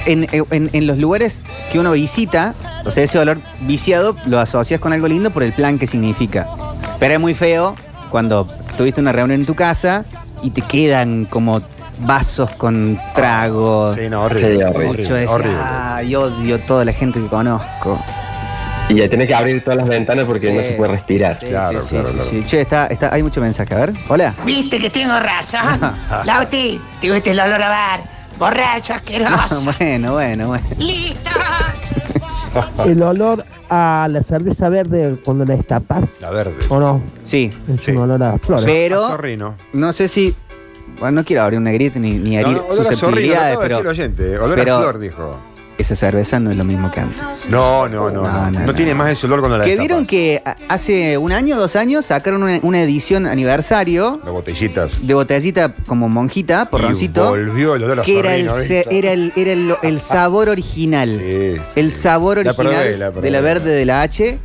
[SPEAKER 2] en, en- en los lugares que uno visita, o sea, ese olor viciado lo asocias con algo lindo por el plan que significa. Pero es muy feo cuando tuviste una reunión en tu casa y te quedan como vasos con tragos.
[SPEAKER 1] Sí, no, horrible.
[SPEAKER 3] Sí, horrible.
[SPEAKER 2] Yo
[SPEAKER 1] horrible,
[SPEAKER 2] decía,
[SPEAKER 1] horrible.
[SPEAKER 2] ay, odio toda la gente que conozco.
[SPEAKER 3] Y ya tenés que abrir todas las ventanas porque
[SPEAKER 2] Sí.
[SPEAKER 3] no se puede respirar.
[SPEAKER 2] Sí,
[SPEAKER 1] Claro,
[SPEAKER 2] sí, sí,
[SPEAKER 1] claro,
[SPEAKER 2] sí,
[SPEAKER 1] claro.
[SPEAKER 2] sí. Che, está, está, hay mucho mensaje. A ver, hola.
[SPEAKER 4] Viste que tengo razón. Lauti, te gusta el olor a bar. Borracho, asqueroso.
[SPEAKER 2] bueno, bueno, bueno.
[SPEAKER 4] ¡Listo!
[SPEAKER 2] ah.
[SPEAKER 5] El olor a la cerveza verde cuando la destapas,
[SPEAKER 1] La verde.
[SPEAKER 5] ¿o no?
[SPEAKER 2] Sí,
[SPEAKER 5] Es
[SPEAKER 1] Sí.
[SPEAKER 5] un olor a flores.
[SPEAKER 1] A
[SPEAKER 2] pero...
[SPEAKER 1] zorrino.
[SPEAKER 2] No sé si. Bueno, no quiero abrir una grieta ni, ni
[SPEAKER 1] No,
[SPEAKER 2] herir
[SPEAKER 1] no, olor a zorrino, lo
[SPEAKER 2] susceptibilidades,
[SPEAKER 1] acaba de decir el
[SPEAKER 2] pero.
[SPEAKER 1] oyente. Olor a
[SPEAKER 2] pero-
[SPEAKER 1] flor, dijo.
[SPEAKER 2] esa cerveza no es lo mismo que antes.
[SPEAKER 1] No, no, no. No,
[SPEAKER 2] No, no,
[SPEAKER 1] No
[SPEAKER 2] no.
[SPEAKER 1] tiene más ese olor cuando la
[SPEAKER 2] que
[SPEAKER 1] destapas.
[SPEAKER 2] vieron que a- hace un año, dos años, sacaron una, una edición aniversario
[SPEAKER 1] Las botellitas.
[SPEAKER 2] de botellita como monjita,
[SPEAKER 1] Y
[SPEAKER 2] porroncito,
[SPEAKER 1] volvió el olor a
[SPEAKER 2] que era el,
[SPEAKER 1] Ferrino,
[SPEAKER 2] se-
[SPEAKER 1] ¿viste?
[SPEAKER 2] era el, era el- el sabor original.
[SPEAKER 1] Sí, sí,
[SPEAKER 2] el
[SPEAKER 1] sí.
[SPEAKER 2] sabor
[SPEAKER 1] La
[SPEAKER 2] original
[SPEAKER 1] probé, la probé.
[SPEAKER 2] de la verde de la H.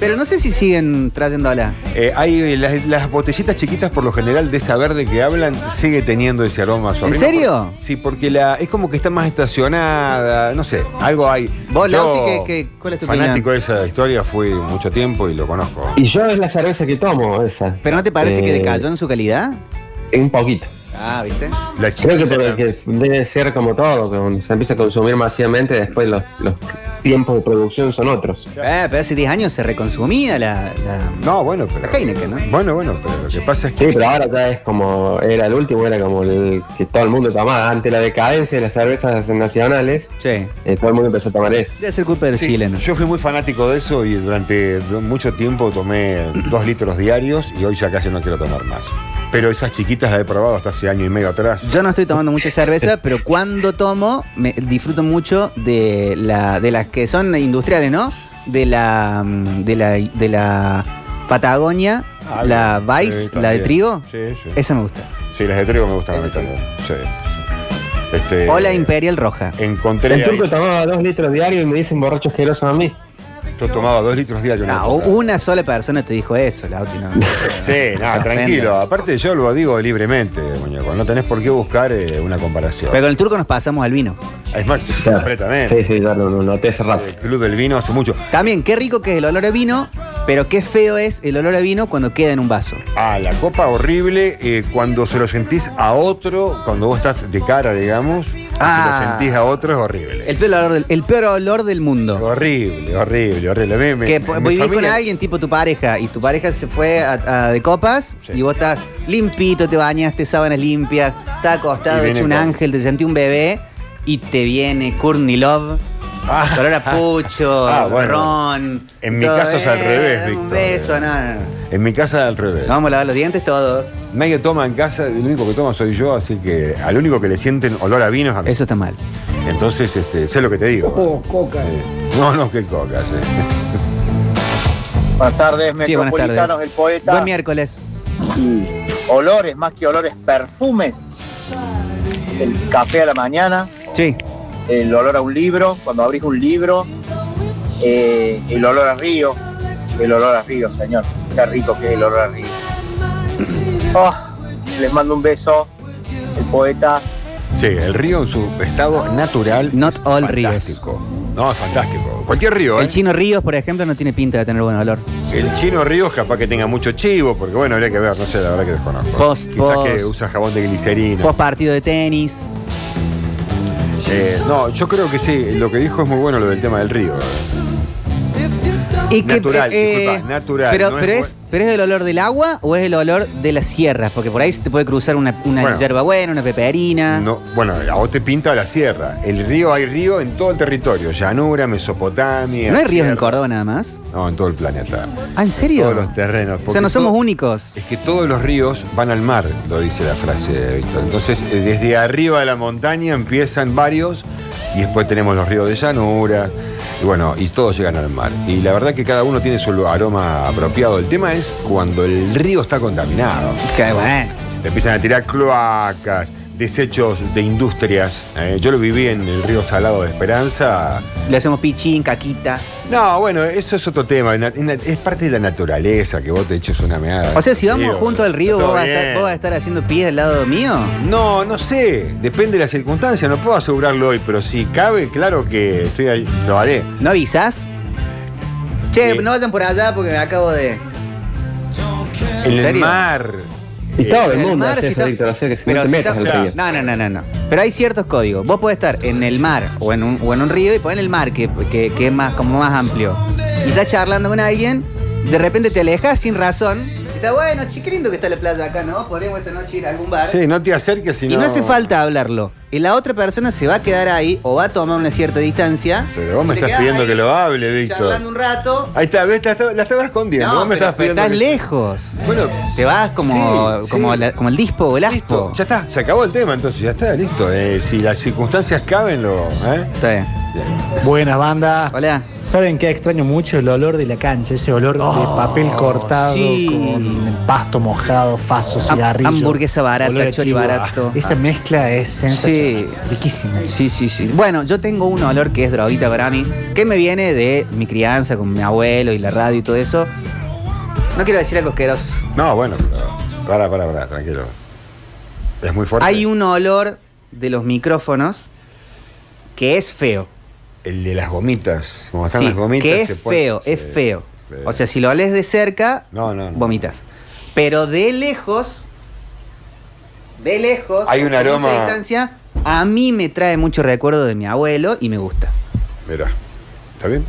[SPEAKER 2] Pero no sé si siguen trayéndola.
[SPEAKER 1] Eh, hay las, las botellitas chiquitas, por lo general, de esa verde que hablan, sigue teniendo ese aroma.
[SPEAKER 2] ¿En
[SPEAKER 1] horrible.
[SPEAKER 2] serio?
[SPEAKER 1] Por- sí, porque la, es como que está más estacionada, no sé, algo hay.
[SPEAKER 2] Vos,
[SPEAKER 1] Yo,
[SPEAKER 2] Lauti, ¿qué- qué- cuál es tu
[SPEAKER 1] Fanático de esa historia, fui mucho tiempo y lo conozco.
[SPEAKER 3] Y yo es la cerveza que tomo, esa.
[SPEAKER 2] ¿Pero no te parece que
[SPEAKER 3] Eh,
[SPEAKER 2] decayó en su calidad?
[SPEAKER 3] Un poquito.
[SPEAKER 2] Ah, ¿viste?
[SPEAKER 1] La
[SPEAKER 3] Creo que,
[SPEAKER 1] chiquita-
[SPEAKER 3] porque debe ser como todo, que cuando se empieza a consumir masivamente, después los, los tiempos de producción son otros.
[SPEAKER 2] Eh, pero hace 10 años se reconsumía la. la-
[SPEAKER 1] No, bueno, pero.
[SPEAKER 2] La Heineken, ¿no?
[SPEAKER 1] Bueno, bueno, pero lo que pasa es
[SPEAKER 3] Sí,
[SPEAKER 1] que.
[SPEAKER 3] pero ahora ya es como, era el último, era como el que todo el mundo tomaba. Ante la decadencia de las cervezas nacionales,
[SPEAKER 2] Che,
[SPEAKER 3] eh, todo el mundo empezó a tomar eso.
[SPEAKER 2] debe ser culpa del
[SPEAKER 1] Sí,
[SPEAKER 2] chileno.
[SPEAKER 1] Yo fui muy fanático de eso y durante du- mucho tiempo tomé dos litros diarios y hoy ya casi no quiero tomar más. Pero esas chiquitas las he probado hasta hace año y medio atrás.
[SPEAKER 2] Yo no estoy tomando mucha cerveza, pero cuando tomo, me disfruto mucho de, la, de las que son industriales, ¿no? De la. mm, de la, de la Patagonia,
[SPEAKER 1] Ah,
[SPEAKER 2] la
[SPEAKER 1] bien.
[SPEAKER 2] Vice,
[SPEAKER 1] Sí,
[SPEAKER 2] la de
[SPEAKER 1] también.
[SPEAKER 2] trigo.
[SPEAKER 1] Sí, sí.
[SPEAKER 2] Esa me gusta.
[SPEAKER 1] Sí, las de trigo me gustan a mí
[SPEAKER 2] Esa sí.
[SPEAKER 1] también. Sí. Este,
[SPEAKER 2] o la Imperial Roja.
[SPEAKER 1] Encontré.
[SPEAKER 3] El
[SPEAKER 1] ahí-
[SPEAKER 3] turco tomaba dos litros diarios y me dicen borracho asqueroso a mí.
[SPEAKER 1] Yo tomaba dos litros diarios. en
[SPEAKER 2] No,
[SPEAKER 1] época.
[SPEAKER 2] una sola persona te dijo eso, Lauti, no.
[SPEAKER 1] Sí, nada,
[SPEAKER 2] No
[SPEAKER 1] tranquilo.
[SPEAKER 2] ofendas.
[SPEAKER 1] Aparte, yo lo digo libremente, muñeco. No tenés por qué buscar eh, una comparación.
[SPEAKER 2] Pero con el turco nos pasamos al vino.
[SPEAKER 1] es más,
[SPEAKER 3] Claro.
[SPEAKER 1] completamente.
[SPEAKER 3] Sí, sí, ya lo, lo noté hace rato.
[SPEAKER 1] El Club del Vino hace mucho.
[SPEAKER 2] También, qué rico que es el olor a vino, pero qué feo es el olor a vino cuando queda en un vaso.
[SPEAKER 1] Ah, la copa horrible eh, cuando se lo sentís a otro, cuando vos estás de cara, digamos,
[SPEAKER 2] Ah.
[SPEAKER 1] se lo sentís a otro es horrible.
[SPEAKER 2] El peor olor del, el peor olor del mundo.
[SPEAKER 1] Horrible, horrible, horrible. Me- me-
[SPEAKER 2] Que
[SPEAKER 1] mi
[SPEAKER 2] po- vivís con
[SPEAKER 1] familia-
[SPEAKER 2] alguien, tipo tu pareja, y tu pareja se fue a- a de copas
[SPEAKER 1] Sí.
[SPEAKER 2] y vos estás limpito, te bañaste, sábanas limpias, estás
[SPEAKER 1] Y
[SPEAKER 2] acostado,
[SPEAKER 1] viene
[SPEAKER 2] hecho un
[SPEAKER 1] con-
[SPEAKER 2] ángel, te sentí un bebé y te viene Courtney Love.
[SPEAKER 1] Ah.
[SPEAKER 2] olor a pucho,
[SPEAKER 1] Ah, bueno.
[SPEAKER 2] ron.
[SPEAKER 1] En mi
[SPEAKER 2] todo,
[SPEAKER 1] caso es al
[SPEAKER 2] eh,
[SPEAKER 1] revés,
[SPEAKER 2] dame Un
[SPEAKER 1] Víctor.
[SPEAKER 2] beso, no, no, no.
[SPEAKER 1] En mi casa al revés.
[SPEAKER 2] Nos vamos a lavar los dientes todos.
[SPEAKER 1] Nadie toma en casa, el único que toma soy yo, así que al único que le sienten olor a vino es a mí.
[SPEAKER 2] Eso está mal.
[SPEAKER 1] Entonces, este, sé lo que te digo.
[SPEAKER 6] Oh, coca.
[SPEAKER 1] Eh, no, no, qué coca. sí.
[SPEAKER 7] Buenas tardes,
[SPEAKER 2] Sí, buenas
[SPEAKER 7] metropolitanos,
[SPEAKER 2] tardes.
[SPEAKER 7] el poeta.
[SPEAKER 2] Buen miércoles.
[SPEAKER 7] y olores, más que olores, perfumes. El café a la mañana,
[SPEAKER 2] Sí.
[SPEAKER 7] el olor a un libro, cuando abrís un libro, eh, el olor a río, el olor a río, señor. Qué rico que es el olor a río. Oh, les mando un beso, el poeta.
[SPEAKER 1] Sí, el río en su estado natural.
[SPEAKER 2] Not
[SPEAKER 1] es
[SPEAKER 2] all
[SPEAKER 1] fantástico. No, es fantástico. Cualquier río, ¿eh?
[SPEAKER 2] El chino Ríos, por ejemplo, no tiene pinta de tener buen olor.
[SPEAKER 1] El chino Ríos capaz que tenga mucho chivo, porque bueno, habría que ver, no sé, la verdad que desconozco.
[SPEAKER 2] Post,
[SPEAKER 1] Quizás
[SPEAKER 2] post.
[SPEAKER 1] que usa jabón de glicerina.
[SPEAKER 2] Post partido de tenis.
[SPEAKER 1] Eh, no, yo creo que sí, lo que dijo es muy bueno lo del tema del río.
[SPEAKER 2] Y eh,
[SPEAKER 1] Natural, disculpa, natural,
[SPEAKER 2] Pero,
[SPEAKER 1] no
[SPEAKER 2] pero,
[SPEAKER 1] es
[SPEAKER 2] es, pero es el olor del agua o es el olor de las sierras? Porque por ahí se te puede cruzar una, una
[SPEAKER 1] Bueno.
[SPEAKER 2] yerba buena, una peperina.
[SPEAKER 1] No, bueno, a vos te pinta la sierra. El río, hay río en todo el territorio. Llanura, Mesopotamia.
[SPEAKER 2] ¿No hay ríos en
[SPEAKER 1] sierra.
[SPEAKER 2] Córdoba nada más?
[SPEAKER 1] No, en todo el planeta.
[SPEAKER 2] Ah, ¿en serio?
[SPEAKER 1] Todos los terrenos.
[SPEAKER 2] o sea, no
[SPEAKER 1] porque
[SPEAKER 2] somos
[SPEAKER 1] todo-
[SPEAKER 2] únicos.
[SPEAKER 1] Es que todos los ríos van al mar, lo dice la frase de Víctor. Entonces, eh, desde arriba de la montaña empiezan varios y después tenemos los ríos de llanura. Y bueno, y todos llegan al mar. Y la verdad que cada uno tiene su aroma apropiado. El tema es cuando el río está contaminado.
[SPEAKER 2] Qué bueno.
[SPEAKER 1] Te empiezan a tirar cloacas, desechos de industrias. ¿eh? yo lo viví en el río Salado de Esperanza.
[SPEAKER 2] Le hacemos pichín, caquita.
[SPEAKER 1] No, bueno, eso es otro tema. Na- na- Es parte de la naturaleza que vos te eches una meada.
[SPEAKER 2] O sea, si vamos
[SPEAKER 1] Río,
[SPEAKER 2] junto al río,
[SPEAKER 1] está
[SPEAKER 2] vos
[SPEAKER 1] todo
[SPEAKER 2] vas, a estar,
[SPEAKER 1] bien.
[SPEAKER 2] vos vas a estar haciendo pies al lado mío.
[SPEAKER 1] No, no sé. Depende de la circunstancia. No puedo asegurarlo hoy, pero si cabe, claro que estoy ahí. Lo haré.
[SPEAKER 2] ¿No avisas? Che,
[SPEAKER 1] Sí.
[SPEAKER 2] no vayan por allá porque me acabo de.
[SPEAKER 1] En el
[SPEAKER 2] serio?
[SPEAKER 1] mar.
[SPEAKER 3] Y
[SPEAKER 1] eh,
[SPEAKER 3] todo el
[SPEAKER 2] en el
[SPEAKER 3] mundo
[SPEAKER 2] mar,
[SPEAKER 3] hace
[SPEAKER 2] si
[SPEAKER 3] eso,
[SPEAKER 2] está-
[SPEAKER 3] Víctor, o sea que si
[SPEAKER 2] Pero
[SPEAKER 3] no te
[SPEAKER 2] si
[SPEAKER 3] metas
[SPEAKER 2] estás-
[SPEAKER 1] o sea,
[SPEAKER 3] al río.
[SPEAKER 2] No, no, no, no, no. Pero hay ciertos códigos. Vos podés estar en el mar o en un, o en un río y pon el mar, que, que- que es más, como más amplio. Y estás charlando con alguien, de repente te alejas sin razón. Y está bueno, che, qué lindo que está la playa acá, ¿no? Podríamos esta noche ir a algún bar.
[SPEAKER 1] Sí, no te acerques si
[SPEAKER 2] Y no hace falta hablarlo. Y la otra persona se va a quedar ahí o va a tomar una cierta distancia.
[SPEAKER 1] Pero vos me
[SPEAKER 2] Y te
[SPEAKER 1] estás
[SPEAKER 2] quedás
[SPEAKER 1] pidiendo
[SPEAKER 2] ahí,
[SPEAKER 1] que lo hable,
[SPEAKER 2] Charlando
[SPEAKER 1] Víctor.
[SPEAKER 2] eh. un rato.
[SPEAKER 1] Ahí está, ves, la, estaba- la estaba escondiendo.
[SPEAKER 2] No,
[SPEAKER 1] vos me
[SPEAKER 2] pero-
[SPEAKER 1] estás
[SPEAKER 2] pero
[SPEAKER 1] pidiendo.
[SPEAKER 2] estás
[SPEAKER 1] que-
[SPEAKER 2] lejos.
[SPEAKER 1] Bueno,
[SPEAKER 2] Te vas como,
[SPEAKER 1] Sí,
[SPEAKER 2] como,
[SPEAKER 1] sí.
[SPEAKER 2] la- como el dispo o el aspo.
[SPEAKER 1] listo. Ya está, se acabó el tema, entonces ya está, listo. Eh, si las circunstancias caben, lo. ¿eh?
[SPEAKER 2] Está bien.
[SPEAKER 6] Buenas bandas.
[SPEAKER 2] Hola.
[SPEAKER 6] ¿Saben qué extraño mucho? El olor de la cancha, ese olor de
[SPEAKER 2] Oh,
[SPEAKER 6] papel cortado
[SPEAKER 2] sí.
[SPEAKER 6] con pasto mojado, faso,
[SPEAKER 2] Ham-
[SPEAKER 6] cigarrillo.
[SPEAKER 2] hamburguesa barata,
[SPEAKER 6] olor a
[SPEAKER 2] chori
[SPEAKER 6] chivo. Ah,
[SPEAKER 2] barato.
[SPEAKER 6] Esa mezcla es sensacional, riquísima.
[SPEAKER 2] Sí, sí, sí. Bueno, yo tengo un olor que es droguita para mí, que me viene de mi crianza con mi abuelo y la radio y todo eso. No quiero decir algo asqueroso.
[SPEAKER 1] No, bueno, pero. Para, para, para, tranquilo. Es muy fuerte.
[SPEAKER 2] Hay un olor de los micrófonos que es feo.
[SPEAKER 1] El de las gomitas. Como están
[SPEAKER 2] Sí,
[SPEAKER 1] las gomitas.
[SPEAKER 2] que es
[SPEAKER 1] se puede-
[SPEAKER 2] feo, es
[SPEAKER 1] sí,
[SPEAKER 2] feo.
[SPEAKER 1] sí.
[SPEAKER 2] O sea, si lo oles de cerca,
[SPEAKER 1] No, Ah, no, no.
[SPEAKER 2] vomitas. Pero de lejos, de lejos,
[SPEAKER 1] Hay un
[SPEAKER 2] con
[SPEAKER 1] aroma-
[SPEAKER 2] mucha distancia, a mí me trae mucho recuerdo de mi abuelo y me gusta.
[SPEAKER 1] Mira. ¿Está bien?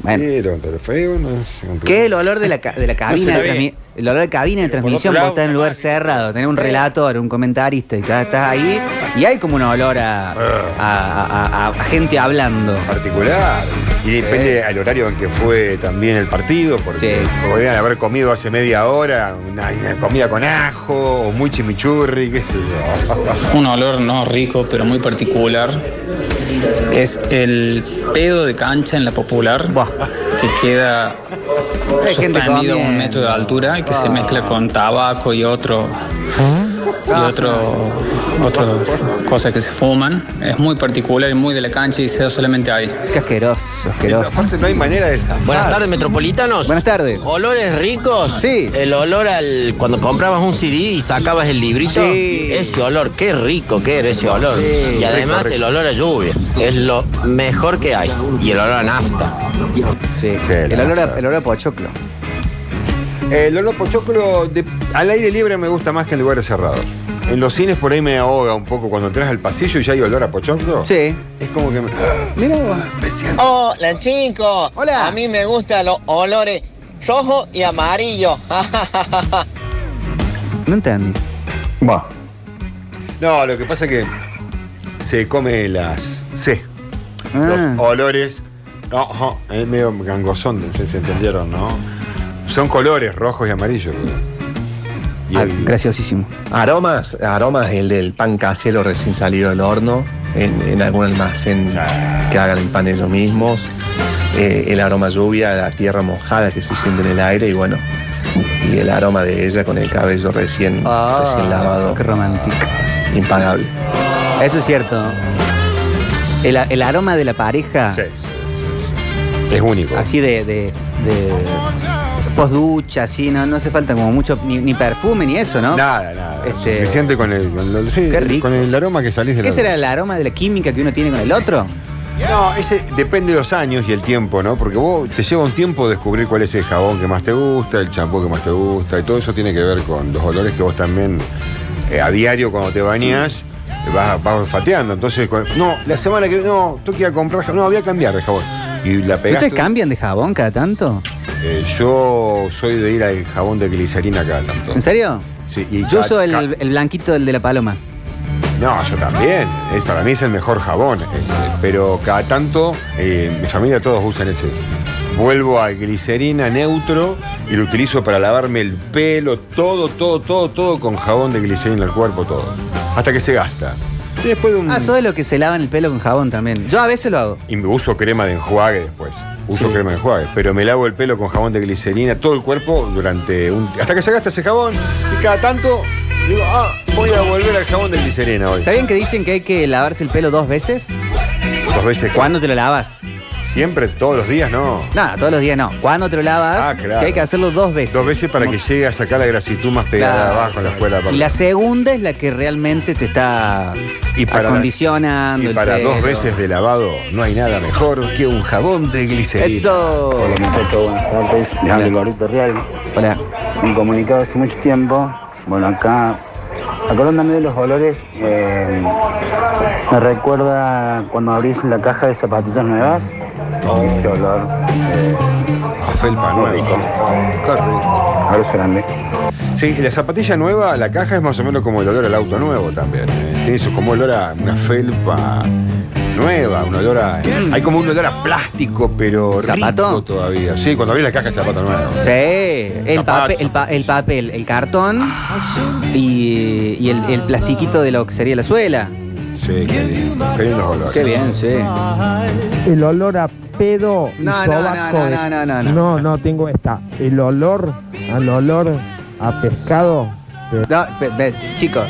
[SPEAKER 2] Bueno.
[SPEAKER 1] Pero, pero feo no es. un
[SPEAKER 2] Que el olor de la, ca- de la
[SPEAKER 1] No se
[SPEAKER 2] cabina, de
[SPEAKER 1] la ve.
[SPEAKER 2] transmi- el olor de cabina de
[SPEAKER 1] Pero por
[SPEAKER 2] transmisión,
[SPEAKER 1] otro
[SPEAKER 2] vos
[SPEAKER 1] lado,
[SPEAKER 2] estás en un lugar
[SPEAKER 1] capaz que-
[SPEAKER 2] cerrado, tenés un relator, un comentarista y estás, estás ahí y hay como un olor a, a- a- a- a gente hablando.
[SPEAKER 1] particular. Y depende al horario en que fue también el partido, porque
[SPEAKER 2] Eh. Sí.
[SPEAKER 1] podían haber comido hace media hora una, una comida con ajo o muy chimichurri, qué sé yo.
[SPEAKER 8] Un olor no rico, pero muy particular. Es el pedo de cancha en la popular, que queda
[SPEAKER 2] Hay gente
[SPEAKER 8] suspendido a un
[SPEAKER 2] comiendo.
[SPEAKER 8] metro de altura y que se mezcla con tabaco y otro y otro otras cosas que se fuman. Es muy particular y muy de la cancha y se da solamente ahí.
[SPEAKER 2] Qué asqueroso,
[SPEAKER 1] Y
[SPEAKER 2] asqueroso.
[SPEAKER 1] Aparte no hay manera de zafar.
[SPEAKER 9] Buenas tardes, metropolitanos.
[SPEAKER 2] Buenas tardes.
[SPEAKER 9] Olores ricos. Eh,
[SPEAKER 2] Sí.
[SPEAKER 9] El olor al. Cuando comprabas un CD y sacabas el librito.
[SPEAKER 2] Sí.
[SPEAKER 9] Ese olor, qué rico que era ese olor.
[SPEAKER 2] Sí.
[SPEAKER 9] Y además el olor a lluvia. Es lo mejor que hay. Y el olor a nafta.
[SPEAKER 2] Sí,
[SPEAKER 1] Sí,
[SPEAKER 2] el,
[SPEAKER 1] la
[SPEAKER 2] olor a,
[SPEAKER 1] nafta.
[SPEAKER 2] el olor a pochoclo.
[SPEAKER 1] El olor pochoclo de- al aire libre me gusta más que en lugares cerrados. En los cines por ahí me ahoga un poco cuando entras al pasillo y ya hay olor a pochoclo.
[SPEAKER 2] Sí.
[SPEAKER 1] Es como que me.
[SPEAKER 2] Mira vos.
[SPEAKER 1] me siento-
[SPEAKER 10] Hola chicos,
[SPEAKER 2] Hola.
[SPEAKER 10] a mí me gustan los olores rojo y amarillo.
[SPEAKER 2] No entendí.
[SPEAKER 3] Bueno,
[SPEAKER 1] No, lo que pasa es que se come las C.
[SPEAKER 2] Ah.
[SPEAKER 1] Los olores. No, ojo, es medio gangosón, se, se entendieron, ¿no? Son colores rojos y amarillos. Y
[SPEAKER 2] Ah,
[SPEAKER 1] el-
[SPEAKER 2] graciosísimo.
[SPEAKER 11] Aromas, aromas el del pan casero recién salido del horno, en, en algún almacén que hagan el pan ellos mismos, Eh, el aroma a lluvia, la tierra mojada que se siente en el aire y bueno, y el aroma de ella con el cabello recién,
[SPEAKER 1] Ah.
[SPEAKER 11] recién lavado,
[SPEAKER 2] Ah, Qué romántico.
[SPEAKER 11] impagable.
[SPEAKER 2] Eso es cierto. El, a- el aroma de la pareja,
[SPEAKER 1] Sí, sí, sí. Es único.
[SPEAKER 2] así de, de, post ducha, así, no, no hace falta como mucho, ni, ni perfume ni eso, ¿no?
[SPEAKER 1] Nada, nada.
[SPEAKER 2] Este-
[SPEAKER 1] Suficiente con el, con el- sí,
[SPEAKER 2] Qué rico.
[SPEAKER 1] con el aroma que salís de
[SPEAKER 2] ¿Qué será el aroma de la química que uno tiene con el otro?
[SPEAKER 1] No, ese depende de los años y el tiempo, ¿no? Porque vos te lleva un tiempo descubrir cuál es el jabón que más te gusta, el champú que más te gusta, y todo eso tiene que ver con los olores que vos también eh, a diario cuando te bañás eh, vas, vas olfateando. Entonces, con- no, la semana que no, tú que ir a comprar jabón, no, voy a cambiar de jabón. Y la pegaste.
[SPEAKER 2] ¿Ustedes cambian de jabón cada tanto?
[SPEAKER 1] Eh, yo soy de ir al jabón de glicerina cada tanto.
[SPEAKER 2] ¿En serio?
[SPEAKER 1] Sí, y
[SPEAKER 2] Yo
[SPEAKER 1] ca-
[SPEAKER 2] uso el,
[SPEAKER 1] ca-
[SPEAKER 2] el blanquito, el de la paloma.
[SPEAKER 1] No, yo también. Es, para mí es el mejor jabón. ese. Pero cada tanto, eh, mi familia todos usan ese. Vuelvo a glicerina neutro y lo utilizo para lavarme el pelo, todo, todo, todo, todo con jabón de glicerina al cuerpo, todo. Hasta que se gasta. Y después de un.
[SPEAKER 2] Ah, soy de los que se lavan el pelo con jabón también. Yo a veces lo hago.
[SPEAKER 1] Y me uso crema de enjuague después. Uso
[SPEAKER 2] Sí.
[SPEAKER 1] crema de enjuague. Pero me lavo el pelo con jabón de glicerina, todo el cuerpo durante un. Hasta que se gasta ese jabón. Y cada tanto digo, ah, voy a volver al jabón de glicerina hoy.
[SPEAKER 2] ¿Sabían que dicen que hay que lavarse el pelo dos veces?
[SPEAKER 1] Dos veces.
[SPEAKER 2] ¿Cuándo te lo lavas?
[SPEAKER 1] Siempre, todos los días, no.
[SPEAKER 2] Nada, todos los días no. ¿Cuándo te lo lavas?
[SPEAKER 1] Ah, claro.
[SPEAKER 2] Que hay que hacerlo dos veces.
[SPEAKER 1] Dos veces para que llegue a sacar la grasitud más pegada
[SPEAKER 2] Claro.
[SPEAKER 1] abajo en la escuela.
[SPEAKER 2] Y la segunda es la que realmente te está
[SPEAKER 1] Y para las-
[SPEAKER 2] acondicionando.
[SPEAKER 1] Y
[SPEAKER 2] el
[SPEAKER 1] para dos
[SPEAKER 2] pelo.
[SPEAKER 1] veces de lavado no hay nada mejor que un jabón de glicerina.
[SPEAKER 2] Eso.
[SPEAKER 10] muchachos, buenas tardes. Les habla el Barito Real.
[SPEAKER 2] Hola.
[SPEAKER 10] Me he comunicado hace mucho tiempo. Bueno, acá, acordándome de los olores, eh, me recuerda cuando abrís la caja de zapatillas nuevas.
[SPEAKER 1] Oh.
[SPEAKER 10] Ese olor,
[SPEAKER 1] A felpa nueva. Qué rico.
[SPEAKER 10] olor grande.
[SPEAKER 1] Sí, y la zapatilla nueva, la caja es más o menos como el olor al auto nuevo también. eh. Tiene eso como olor a una felpa nueva, un olor a. Hay como un olor a plástico, pero
[SPEAKER 2] Mm. ¿Zapato?
[SPEAKER 1] rico todavía. Sí, cuando abrí la caja de zapato nuevo.
[SPEAKER 2] Sí, el,
[SPEAKER 1] Zapatos.
[SPEAKER 2] papel, el, pa- el papel, el cartón y, y el, el plastiquito de lo que sería la suela.
[SPEAKER 1] Sí. Sí, qué lindo. Qué lindos olores.
[SPEAKER 2] Qué bien, sí.
[SPEAKER 5] El olor a pedo. y
[SPEAKER 2] No, no,
[SPEAKER 5] sobaco
[SPEAKER 2] no,
[SPEAKER 5] de-
[SPEAKER 2] no, no, no, no.
[SPEAKER 5] no, tengo esta. El olor al olor a pescado. de-
[SPEAKER 2] No, ve- ve, chicos.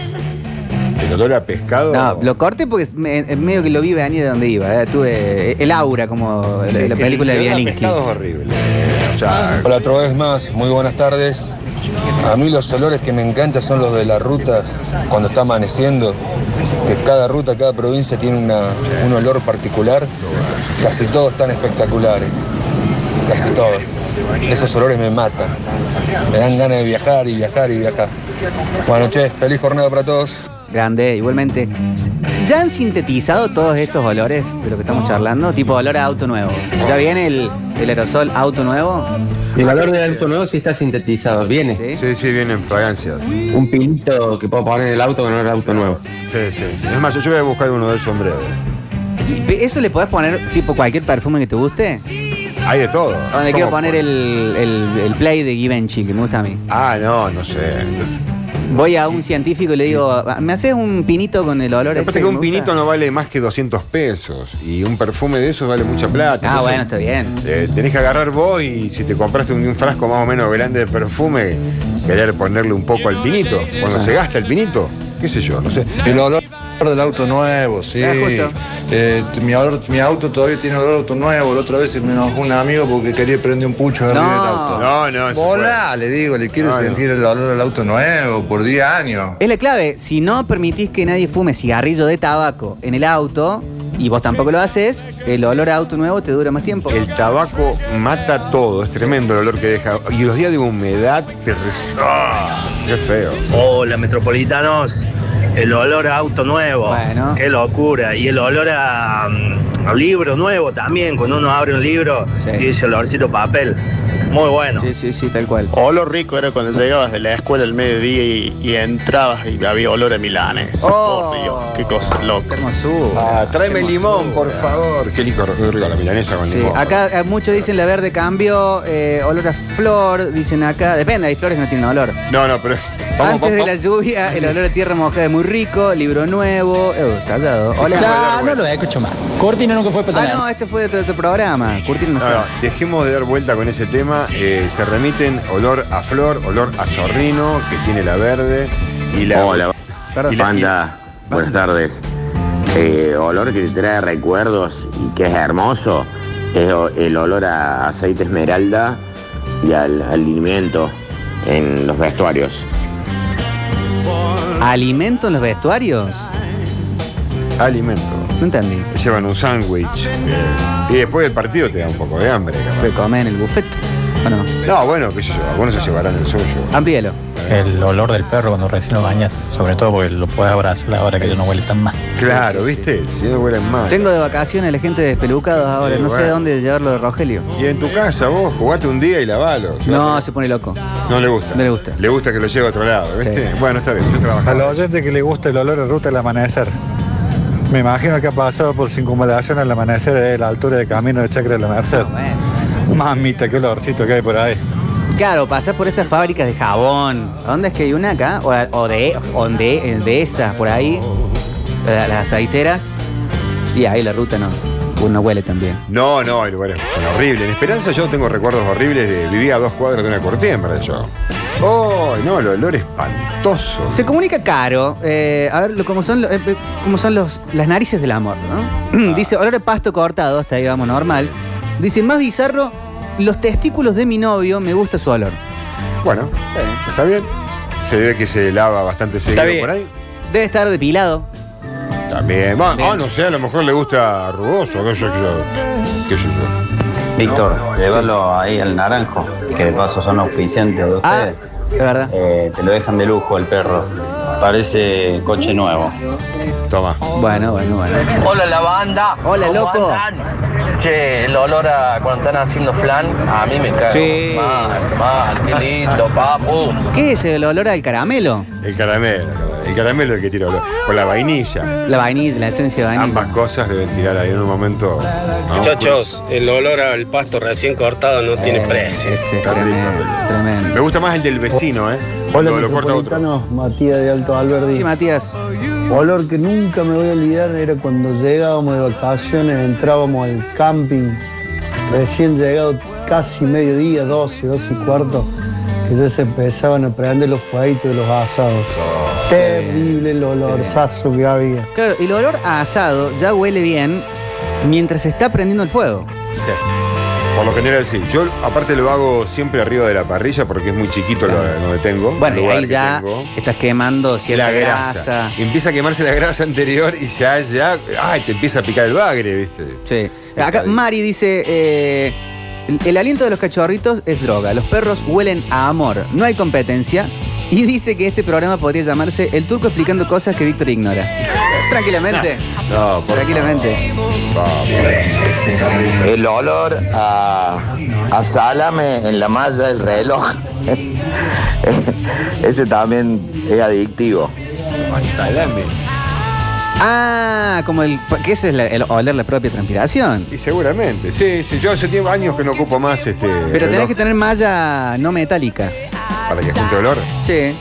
[SPEAKER 1] El olor a pescado.
[SPEAKER 2] No, lo corté porque es, me- es medio que lo vi venir de donde iba. eh, Tuve el aura como la-
[SPEAKER 1] Sí,
[SPEAKER 2] la
[SPEAKER 1] el-
[SPEAKER 2] película de
[SPEAKER 1] el olor a
[SPEAKER 2] Bialinski.
[SPEAKER 1] pescado es horrible. Eh, O sea,
[SPEAKER 12] Hola, otra vez más. Muy buenas tardes. A mí los olores que me encantan son los de las rutas cuando está amaneciendo, que cada ruta, cada provincia tiene una- un olor particular. Casi todos están espectaculares, casi todos. Esos olores me matan, me dan ganas de viajar y viajar y viajar. Buenas noches, feliz jornada para todos.
[SPEAKER 2] Grande, igualmente. ¿Ya han sintetizado todos estos olores de lo que estamos charlando? Tipo olor a auto nuevo. ¿Ya viene el, el aerosol auto nuevo?
[SPEAKER 3] El olor del auto nuevo sí está sintetizado, viene.
[SPEAKER 1] Sí, sí, vienen fragancias.
[SPEAKER 3] Un pilito que puedo poner en el auto con olor a auto nuevo.
[SPEAKER 1] Sí, sí, sí. Es más, yo voy a buscar uno de esos en breve.
[SPEAKER 2] ¿Y ¿Eso le podés poner tipo cualquier perfume que te guste?
[SPEAKER 1] Hay de todo.
[SPEAKER 2] Donde le Ah, quiero
[SPEAKER 1] ¿Cómo?
[SPEAKER 2] poner el, el- el play de Givenchy, que me gusta a mí.
[SPEAKER 1] Ah, no, no sé.
[SPEAKER 2] Voy a un científico y le digo, "Ah, ¿me haces un pinito con el olor?
[SPEAKER 1] Lo que pasa
[SPEAKER 2] este
[SPEAKER 1] es que un
[SPEAKER 2] me gusta?"
[SPEAKER 1] pinito no vale más que 200 pesos y un perfume de esos vale mucha plata.
[SPEAKER 2] Ah, bueno, está bien.
[SPEAKER 1] eh, tenés que agarrar vos y si te compraste un, un frasco más o menos grande de perfume, querer ponerle un poco al pinito. Cuando se gasta el pinito, qué sé yo, no sé.
[SPEAKER 12] El olor del auto nuevo, sí.
[SPEAKER 1] Ah, justo.
[SPEAKER 12] Eh, mi, olor- mi auto todavía tiene olor a auto nuevo. La otra vez se me enojó un amigo porque quería prender un pucho arriba del auto.
[SPEAKER 1] No, no, eso
[SPEAKER 12] Hola, le digo, le quiero
[SPEAKER 1] No, no.
[SPEAKER 12] sentir el olor al auto nuevo por 10 años.
[SPEAKER 2] Es la clave, si no permitís que nadie fume cigarrillo de tabaco en el auto, y vos tampoco lo haces, el olor a auto nuevo te dura más tiempo.
[SPEAKER 1] El tabaco mata todo, es tremendo el olor que deja. Y los días de humedad te res- ¡Ah! Qué feo.
[SPEAKER 13] Hola, metropolitanos. El olor a auto nuevo.
[SPEAKER 2] Bueno.
[SPEAKER 13] Qué locura. Y el olor a, mm, a libro nuevo también. Cuando uno abre un libro, y ese olorcito a papel. Muy bueno.
[SPEAKER 2] Sí, sí, sí, tal cual.
[SPEAKER 14] O lo rico era cuando llegabas de la escuela al mediodía y, y entrabas y había olor a milanes.
[SPEAKER 2] Oh.
[SPEAKER 1] Oh,
[SPEAKER 14] Por Dios, qué cosa loca.
[SPEAKER 1] Ah, tráeme limón, por favor. Qué lico, qué rico la milanesa con
[SPEAKER 2] Sí,
[SPEAKER 1] limón.
[SPEAKER 2] acá eh, muchos dicen la verde cambio, eh, olor a flor, dicen acá, depende, hay flores que no tienen olor.
[SPEAKER 1] No, no, pero.
[SPEAKER 2] Antes de la lluvia, el olor a tierra mojada es muy rico, libro nuevo, eh, callado. Hola.
[SPEAKER 1] Ya, no
[SPEAKER 2] lo escucho más. Cortina nunca fue Ah, no, este fue de otro- otro programa. Curtin no
[SPEAKER 1] No, no, dejemos de dar vuelta con ese tema. Eh, se remiten olor a flor, olor a zorrino, que tiene la verde. Y la.
[SPEAKER 9] Hola,
[SPEAKER 1] Perdón.
[SPEAKER 9] banda. Buenas tardes. Eh, olor que te trae recuerdos y que es hermoso es o- el olor a aceite esmeralda y al alimento en los vestuarios.
[SPEAKER 2] está. ¿Alimento en los vestuarios?
[SPEAKER 1] Alimento.
[SPEAKER 2] No entendí.
[SPEAKER 1] Te Llevan un sándwich. eh, y después del partido te da un poco de hambre.
[SPEAKER 2] ¿Te comen en el buffet? ¿O no?
[SPEAKER 1] No, bueno, qué sé yo. Algunos se llevarán el suyo.
[SPEAKER 2] Amplíelo.
[SPEAKER 15] El olor del perro cuando recién lo bañas, sobre todo porque lo puedes abrazar ahora que ya no huele tan mal.
[SPEAKER 1] Claro, ¿viste? Si no huelen mal.
[SPEAKER 2] Tengo de vacaciones la gente despelucados ahora,
[SPEAKER 1] Sí,
[SPEAKER 2] no sé
[SPEAKER 1] bueno.
[SPEAKER 2] dónde llevarlo de Rogelio.
[SPEAKER 1] Y en tu casa vos jugaste un día y lavalo.
[SPEAKER 2] No, se pone loco.
[SPEAKER 1] No le gusta. No le gusta. Le gusta que lo lleve a otro lado, ¿viste? Bueno, está bien, yo trabajo.
[SPEAKER 6] A los oyentes que les gusta el olor a ruta al amanecer. Me imagino que ha pasado por circunvalación al amanecer de la altura de camino de Chacra de la Merced.
[SPEAKER 1] Ah,
[SPEAKER 6] Mamita, qué olorcito que hay por ahí.
[SPEAKER 2] Claro, pasás por esas fábricas de jabón. ¿A ¿Dónde es que hay una acá? O, o de, o de, de esas, por ahí. La- Las aceiteras. Y ahí la ruta no, no huele tan bien.
[SPEAKER 1] No, no, hay lugares que son horribles. En Esperanza yo tengo recuerdos horribles de vivía a dos cuadras de una cortiembra yo. Oh, no, el olor espantoso.
[SPEAKER 2] Se comunica caro. eh, a ver, lo- como son, lo- eh, eh, como son los, las narices del amor, ¿no? Dice, olor de pasto cortado, hasta ahí vamos normal. Dice, más bizarro, los testículos de mi novio, me gusta su olor.
[SPEAKER 1] Bueno, está bien. Se ve que se lava bastante seguido por ahí.
[SPEAKER 2] Debe estar depilado.
[SPEAKER 1] También. va-
[SPEAKER 2] Bien.
[SPEAKER 1] ah, no sé, a lo mejor le gusta rugoso, qué sé yo. Qué sé yo.
[SPEAKER 16] Víctor, llévalo ahí al naranjo, que de paso son auspiciantes de ustedes.
[SPEAKER 2] Ah, verdad.
[SPEAKER 16] te lo dejan de lujo el perro. Parece coche nuevo.
[SPEAKER 1] Toma.
[SPEAKER 2] Bueno, bueno, bueno.
[SPEAKER 17] Hola la banda.
[SPEAKER 2] Hola,
[SPEAKER 17] ¿Cómo
[SPEAKER 2] loco.
[SPEAKER 17] andan? Che, el olor a cuando están haciendo flan, a mí me cae.
[SPEAKER 2] Sí.
[SPEAKER 17] Mal, mal, qué lindo, papu.
[SPEAKER 2] ¿Qué es el olor al caramelo?
[SPEAKER 1] El caramelo, el caramelo es el que tira olor. Con la vainilla.
[SPEAKER 2] La vainilla, la esencia de vainilla.
[SPEAKER 1] Ambas cosas deben tirar ahí en un momento. ¿no?
[SPEAKER 18] Muchachos, el olor al pasto recién cortado no tiene precio.
[SPEAKER 2] Eh, Tremendo.
[SPEAKER 1] Me gusta más el del vecino, ¿eh?
[SPEAKER 18] Hola,
[SPEAKER 1] Lo- lo corta otro.
[SPEAKER 19] Metropolitanos, Matías de Alto Alberdi.
[SPEAKER 2] Sí, Matías.
[SPEAKER 19] Olor que nunca me voy a olvidar era cuando llegábamos de vacaciones, entrábamos al camping, recién llegado casi mediodía, 12, 12 y cuarto, que ya se empezaban a prender los fueguitos de los asados. Terrible el olorzazo que había.
[SPEAKER 2] Claro, el olor a asado ya huele bien mientras se está prendiendo el fuego.
[SPEAKER 1] Sí. Por lo general sí. Yo aparte lo hago siempre arriba de la parrilla porque es muy chiquito lo- donde tengo.
[SPEAKER 2] Bueno,
[SPEAKER 1] el
[SPEAKER 2] y
[SPEAKER 1] lugar
[SPEAKER 2] ahí
[SPEAKER 1] que
[SPEAKER 2] ya
[SPEAKER 1] tengo.
[SPEAKER 2] estás quemando
[SPEAKER 1] La
[SPEAKER 2] cierta
[SPEAKER 1] grasa.
[SPEAKER 2] grasa.
[SPEAKER 1] Y Empieza a quemarse la grasa anterior y ya, ya, ay, te empieza a picar el bagre, ¿viste?
[SPEAKER 2] Sí. Acá Mari dice, eh, el, el aliento de los cachorritos es droga, los perros huelen a amor, no hay competencia. Y dice que este programa podría llamarse El Turco explicando cosas que Víctor ignora. Tranquilamente.
[SPEAKER 1] No, por
[SPEAKER 2] Tranquilamente.
[SPEAKER 20] El olor a, a salame en la malla del reloj. Ese también es adictivo.
[SPEAKER 1] Salame.
[SPEAKER 2] Ah, como el. que ese es la- el oler la propia transpiración?
[SPEAKER 1] Y seguramente, sí, sí. Yo hace tiempo, años que no ocupo más este.
[SPEAKER 2] Pero tenés
[SPEAKER 1] reloj
[SPEAKER 2] que tener malla no metálica.
[SPEAKER 1] Para que junte olor.
[SPEAKER 2] Sí.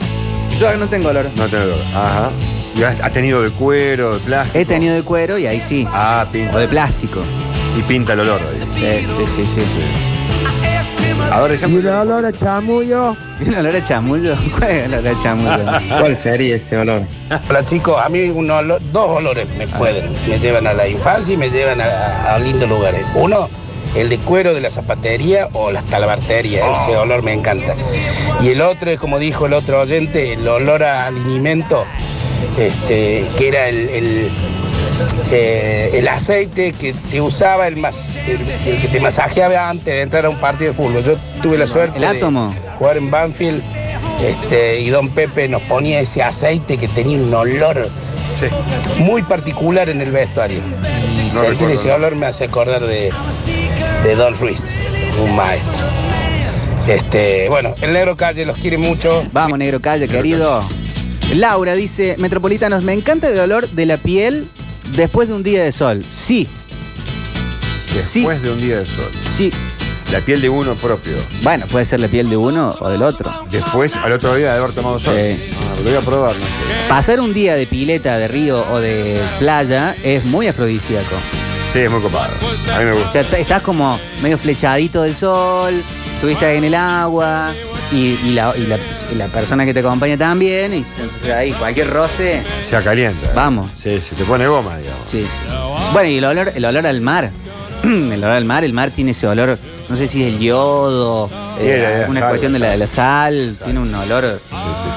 [SPEAKER 2] Yo no tengo olor.
[SPEAKER 1] No tengo olor. Ajá. ¿Y has, has tenido de cuero, de plástico?
[SPEAKER 2] He tenido de cuero y ahí sí.
[SPEAKER 1] Ah, pinta.
[SPEAKER 2] O de plástico.
[SPEAKER 1] Y pinta el olor.
[SPEAKER 2] Sí, sí, sí, sí.
[SPEAKER 1] Ahora
[SPEAKER 5] Y el olor a chamullo.
[SPEAKER 2] ¿Tiene olor a chamullo? ¿Cuál es el olor a chamullo?
[SPEAKER 21] ¿Cuál sería ese olor? Hola chicos, a mí un olor- dos olores me pueden, me llevan a la infancia y me llevan a, a lindos lugares. Uno, el de cuero de la zapatería o las talabarterías, ese olor me encanta. Y el otro es como dijo el otro oyente, Este, el olor a alimento, este, que era el, el, eh, el aceite que te usaba el, mas- el- el que te masajeaba antes de entrar a un partido de fútbol. Yo tuve la suerte
[SPEAKER 2] El
[SPEAKER 21] de
[SPEAKER 2] átomo.
[SPEAKER 21] jugar en Banfield este, y Don Pepe nos ponía ese aceite que tenía un olor muy particular en el vestuario.
[SPEAKER 1] No
[SPEAKER 21] Sentir
[SPEAKER 1] recuerdo,
[SPEAKER 21] ese
[SPEAKER 1] no.
[SPEAKER 21] olor me hace acordar de, de Don Ruiz, un maestro. Este, bueno, el negro calle los quiere mucho.
[SPEAKER 2] Vamos, negro calle, querido. Laura dice, Metropolitanos, me encanta el olor de la piel después de un día de sol. Sí,
[SPEAKER 1] Después de un día de sol.
[SPEAKER 2] Sí.
[SPEAKER 1] La piel de uno propio.
[SPEAKER 2] bueno, puede ser la piel de uno o del otro.
[SPEAKER 1] Después, al otro día de haber tomado sol. Ah, lo voy a probar, no sé.
[SPEAKER 2] Pasar un día de pileta, de río o de playa es muy afrodisíaco.
[SPEAKER 1] Sí, es muy copado. A mí me gusta.
[SPEAKER 2] O sea, t- estás como medio flechadito del sol, estuviste ahí en el agua y, y la, y la- la persona que te acompaña también y ahí cualquier roce.
[SPEAKER 1] Se calienta.
[SPEAKER 2] Vamos.
[SPEAKER 1] Sí, se te pone goma, digamos.
[SPEAKER 2] Sí. Bueno, y el olor, el olor al mar. El olor al mar, el mar tiene ese olor, no sé si es el yodo,
[SPEAKER 1] Sí,
[SPEAKER 2] eh,
[SPEAKER 1] la- la
[SPEAKER 2] alguna
[SPEAKER 1] sal,
[SPEAKER 2] cuestión de la, de la sal, tiene un olor.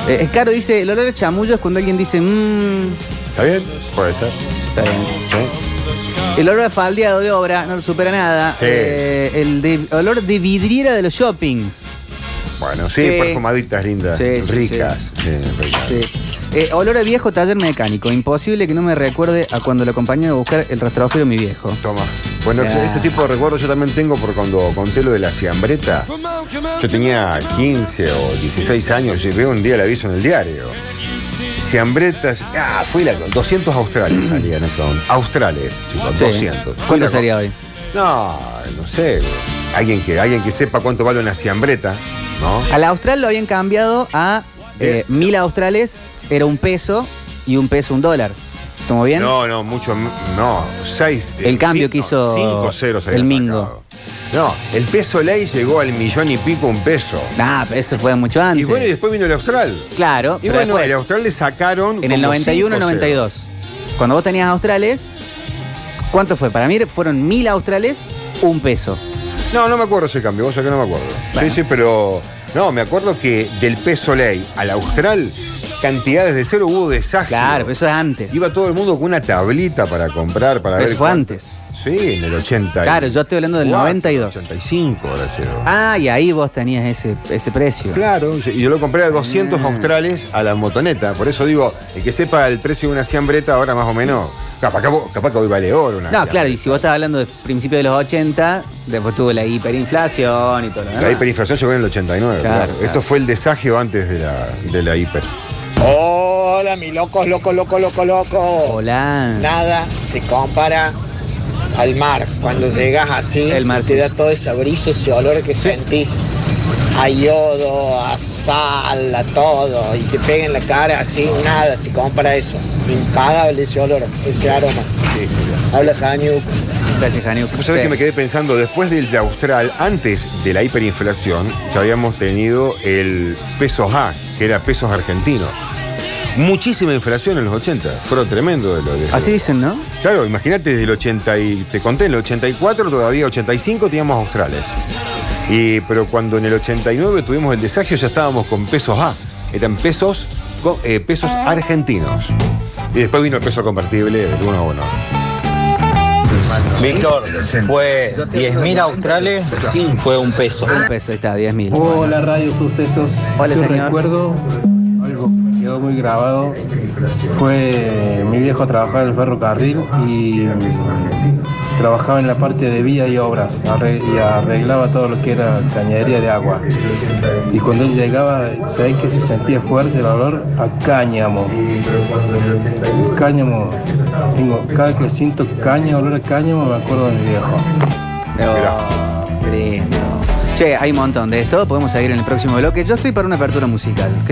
[SPEAKER 2] Eh, es caro, dice, el olor a chamullo es cuando alguien dice, mmm,
[SPEAKER 1] ¿Está bien? Puede ser.
[SPEAKER 2] Está bien.
[SPEAKER 1] Sí.
[SPEAKER 2] el olor a faldeado de obra no lo supera nada.
[SPEAKER 1] Sí.
[SPEAKER 2] Eh, el de- olor de vidriera de los shoppings.
[SPEAKER 1] Bueno, sí,
[SPEAKER 2] Sí.
[SPEAKER 1] perfumaditas lindas,
[SPEAKER 2] Sí, sí,
[SPEAKER 1] ricas. Sí, ricas.
[SPEAKER 2] Sí. Eh, olor a viejo taller mecánico. Imposible que no me recuerde a cuando lo acompañé a buscar el rastrojero mi viejo.
[SPEAKER 1] Toma. Bueno,
[SPEAKER 2] Ah.
[SPEAKER 1] ese tipo de recuerdos yo también tengo por cuando conté lo de la siambreta. Yo tenía 15 o 16 años y veo un día el aviso en el diario. Siambretas, ah, fui la 200 australes salían eso. Australes, chicos,
[SPEAKER 2] Sí.
[SPEAKER 1] 200. Fui
[SPEAKER 2] ¿Cuánto
[SPEAKER 1] la-
[SPEAKER 2] sería hoy?
[SPEAKER 1] No, no sé. Alguien que, alguien que sepa cuánto vale una siambreta, ¿no?
[SPEAKER 2] Al austral lo habían cambiado a eh, mil australes, era un peso y un peso un dólar. ¿Estamos bien?
[SPEAKER 1] No, no, mucho, m- no, seis. eh,
[SPEAKER 2] El cambio que hizo
[SPEAKER 1] Cinco ceros había
[SPEAKER 2] el
[SPEAKER 1] sacado. No, el peso ley llegó al millón y pico un peso.
[SPEAKER 2] Nah, Ah, pero eso fue mucho antes.
[SPEAKER 1] Y bueno, y después vino el austral.
[SPEAKER 2] Claro,
[SPEAKER 1] Y
[SPEAKER 2] pero
[SPEAKER 1] bueno,
[SPEAKER 2] después,
[SPEAKER 1] el austral le sacaron.
[SPEAKER 2] en el
[SPEAKER 1] como
[SPEAKER 2] 91,
[SPEAKER 1] cinco ceros.
[SPEAKER 2] 92. Cuando vos tenías australes, ¿cuánto fue? Para mí fueron mil australes, un peso.
[SPEAKER 1] No, no me acuerdo ese cambio, vos sabés que no me acuerdo. Sí, sí, pero. No, me acuerdo que del peso ley al austral, cantidades de cero hubo desastre. Claro,
[SPEAKER 2] pero eso es antes.
[SPEAKER 1] Iba todo el mundo con una tablita para comprar, para ver.
[SPEAKER 2] Pero eso fue
[SPEAKER 1] cuánto.
[SPEAKER 2] antes.
[SPEAKER 1] Sí, en el 80.
[SPEAKER 2] Claro, yo estoy hablando del 92.
[SPEAKER 1] 85, ahora cero.
[SPEAKER 2] Ah, y ahí vos tenías ese, ese precio.
[SPEAKER 1] Claro, y yo lo compré a 200
[SPEAKER 2] Ah.
[SPEAKER 1] australes a la motoneta. Por eso digo, el que sepa el precio de una siambreta ahora más o menos, capaz, que vos- capaz que hoy vale oro una
[SPEAKER 2] No, claro, y si vos estás hablando de principios de los 80, después tuvo la hiperinflación y todo lo demás.
[SPEAKER 1] La hiperinflación llegó en el 89.
[SPEAKER 2] Ah. Claro,
[SPEAKER 1] claro.
[SPEAKER 2] claro.
[SPEAKER 1] Esto fue el desagio antes de la, de la hiper.
[SPEAKER 22] Hola, mi locos, loco, loco, loco, loco.
[SPEAKER 2] Hola.
[SPEAKER 22] Nada se compara al mar. Cuando llegas así,
[SPEAKER 2] El mar,
[SPEAKER 22] te
[SPEAKER 2] sí.
[SPEAKER 22] da toda esa brisa, ese olor que sentís.
[SPEAKER 7] a yodo, a sal, a todo, y te pega en la cara así, nada, si compara eso. Impagable ese olor, ese aroma. Habla Janiuk.
[SPEAKER 2] Gracias, Janiuk.
[SPEAKER 1] Vos sabés que me quedé pensando, después del de Austral, antes de la hiperinflación, ya habíamos tenido el pesos A, que era pesos argentinos. Muchísima inflación en los 80, fueron tremendo de lo de
[SPEAKER 2] Así dicen, ¿no?
[SPEAKER 1] Claro, imagínate desde el 80 y te conté, en el 84 todavía 85 teníamos australes. Y, pero cuando en el 89 tuvimos el desagio ya estábamos con pesos A, eran pesos, co- eh, pesos argentinos. Y después vino el peso convertible del 1 a 1.
[SPEAKER 21] Víctor, fue 10.000 australes, fue un peso.
[SPEAKER 2] Un peso, ahí está, 10 mil. Oh,
[SPEAKER 3] Hola Radio Sucesos.
[SPEAKER 2] Hola,
[SPEAKER 3] Yo
[SPEAKER 2] señor.
[SPEAKER 3] recuerdo algo que me quedó muy grabado. Fue mi viejo trabajaba en el ferrocarril y mm, trabajaba en la parte de vía y obras arre- y arreglaba todo lo que era cañería de agua. Y cuando él llegaba, sabés que se sentía fuerte el olor a cáñamo. Cáñamo. Tengo, cada que siento caña, olor a cáñamo, me acuerdo de mi viejo.
[SPEAKER 2] Che, hay un montón de esto. Podemos seguir en el próximo bloque. Yo estoy para una apertura musical.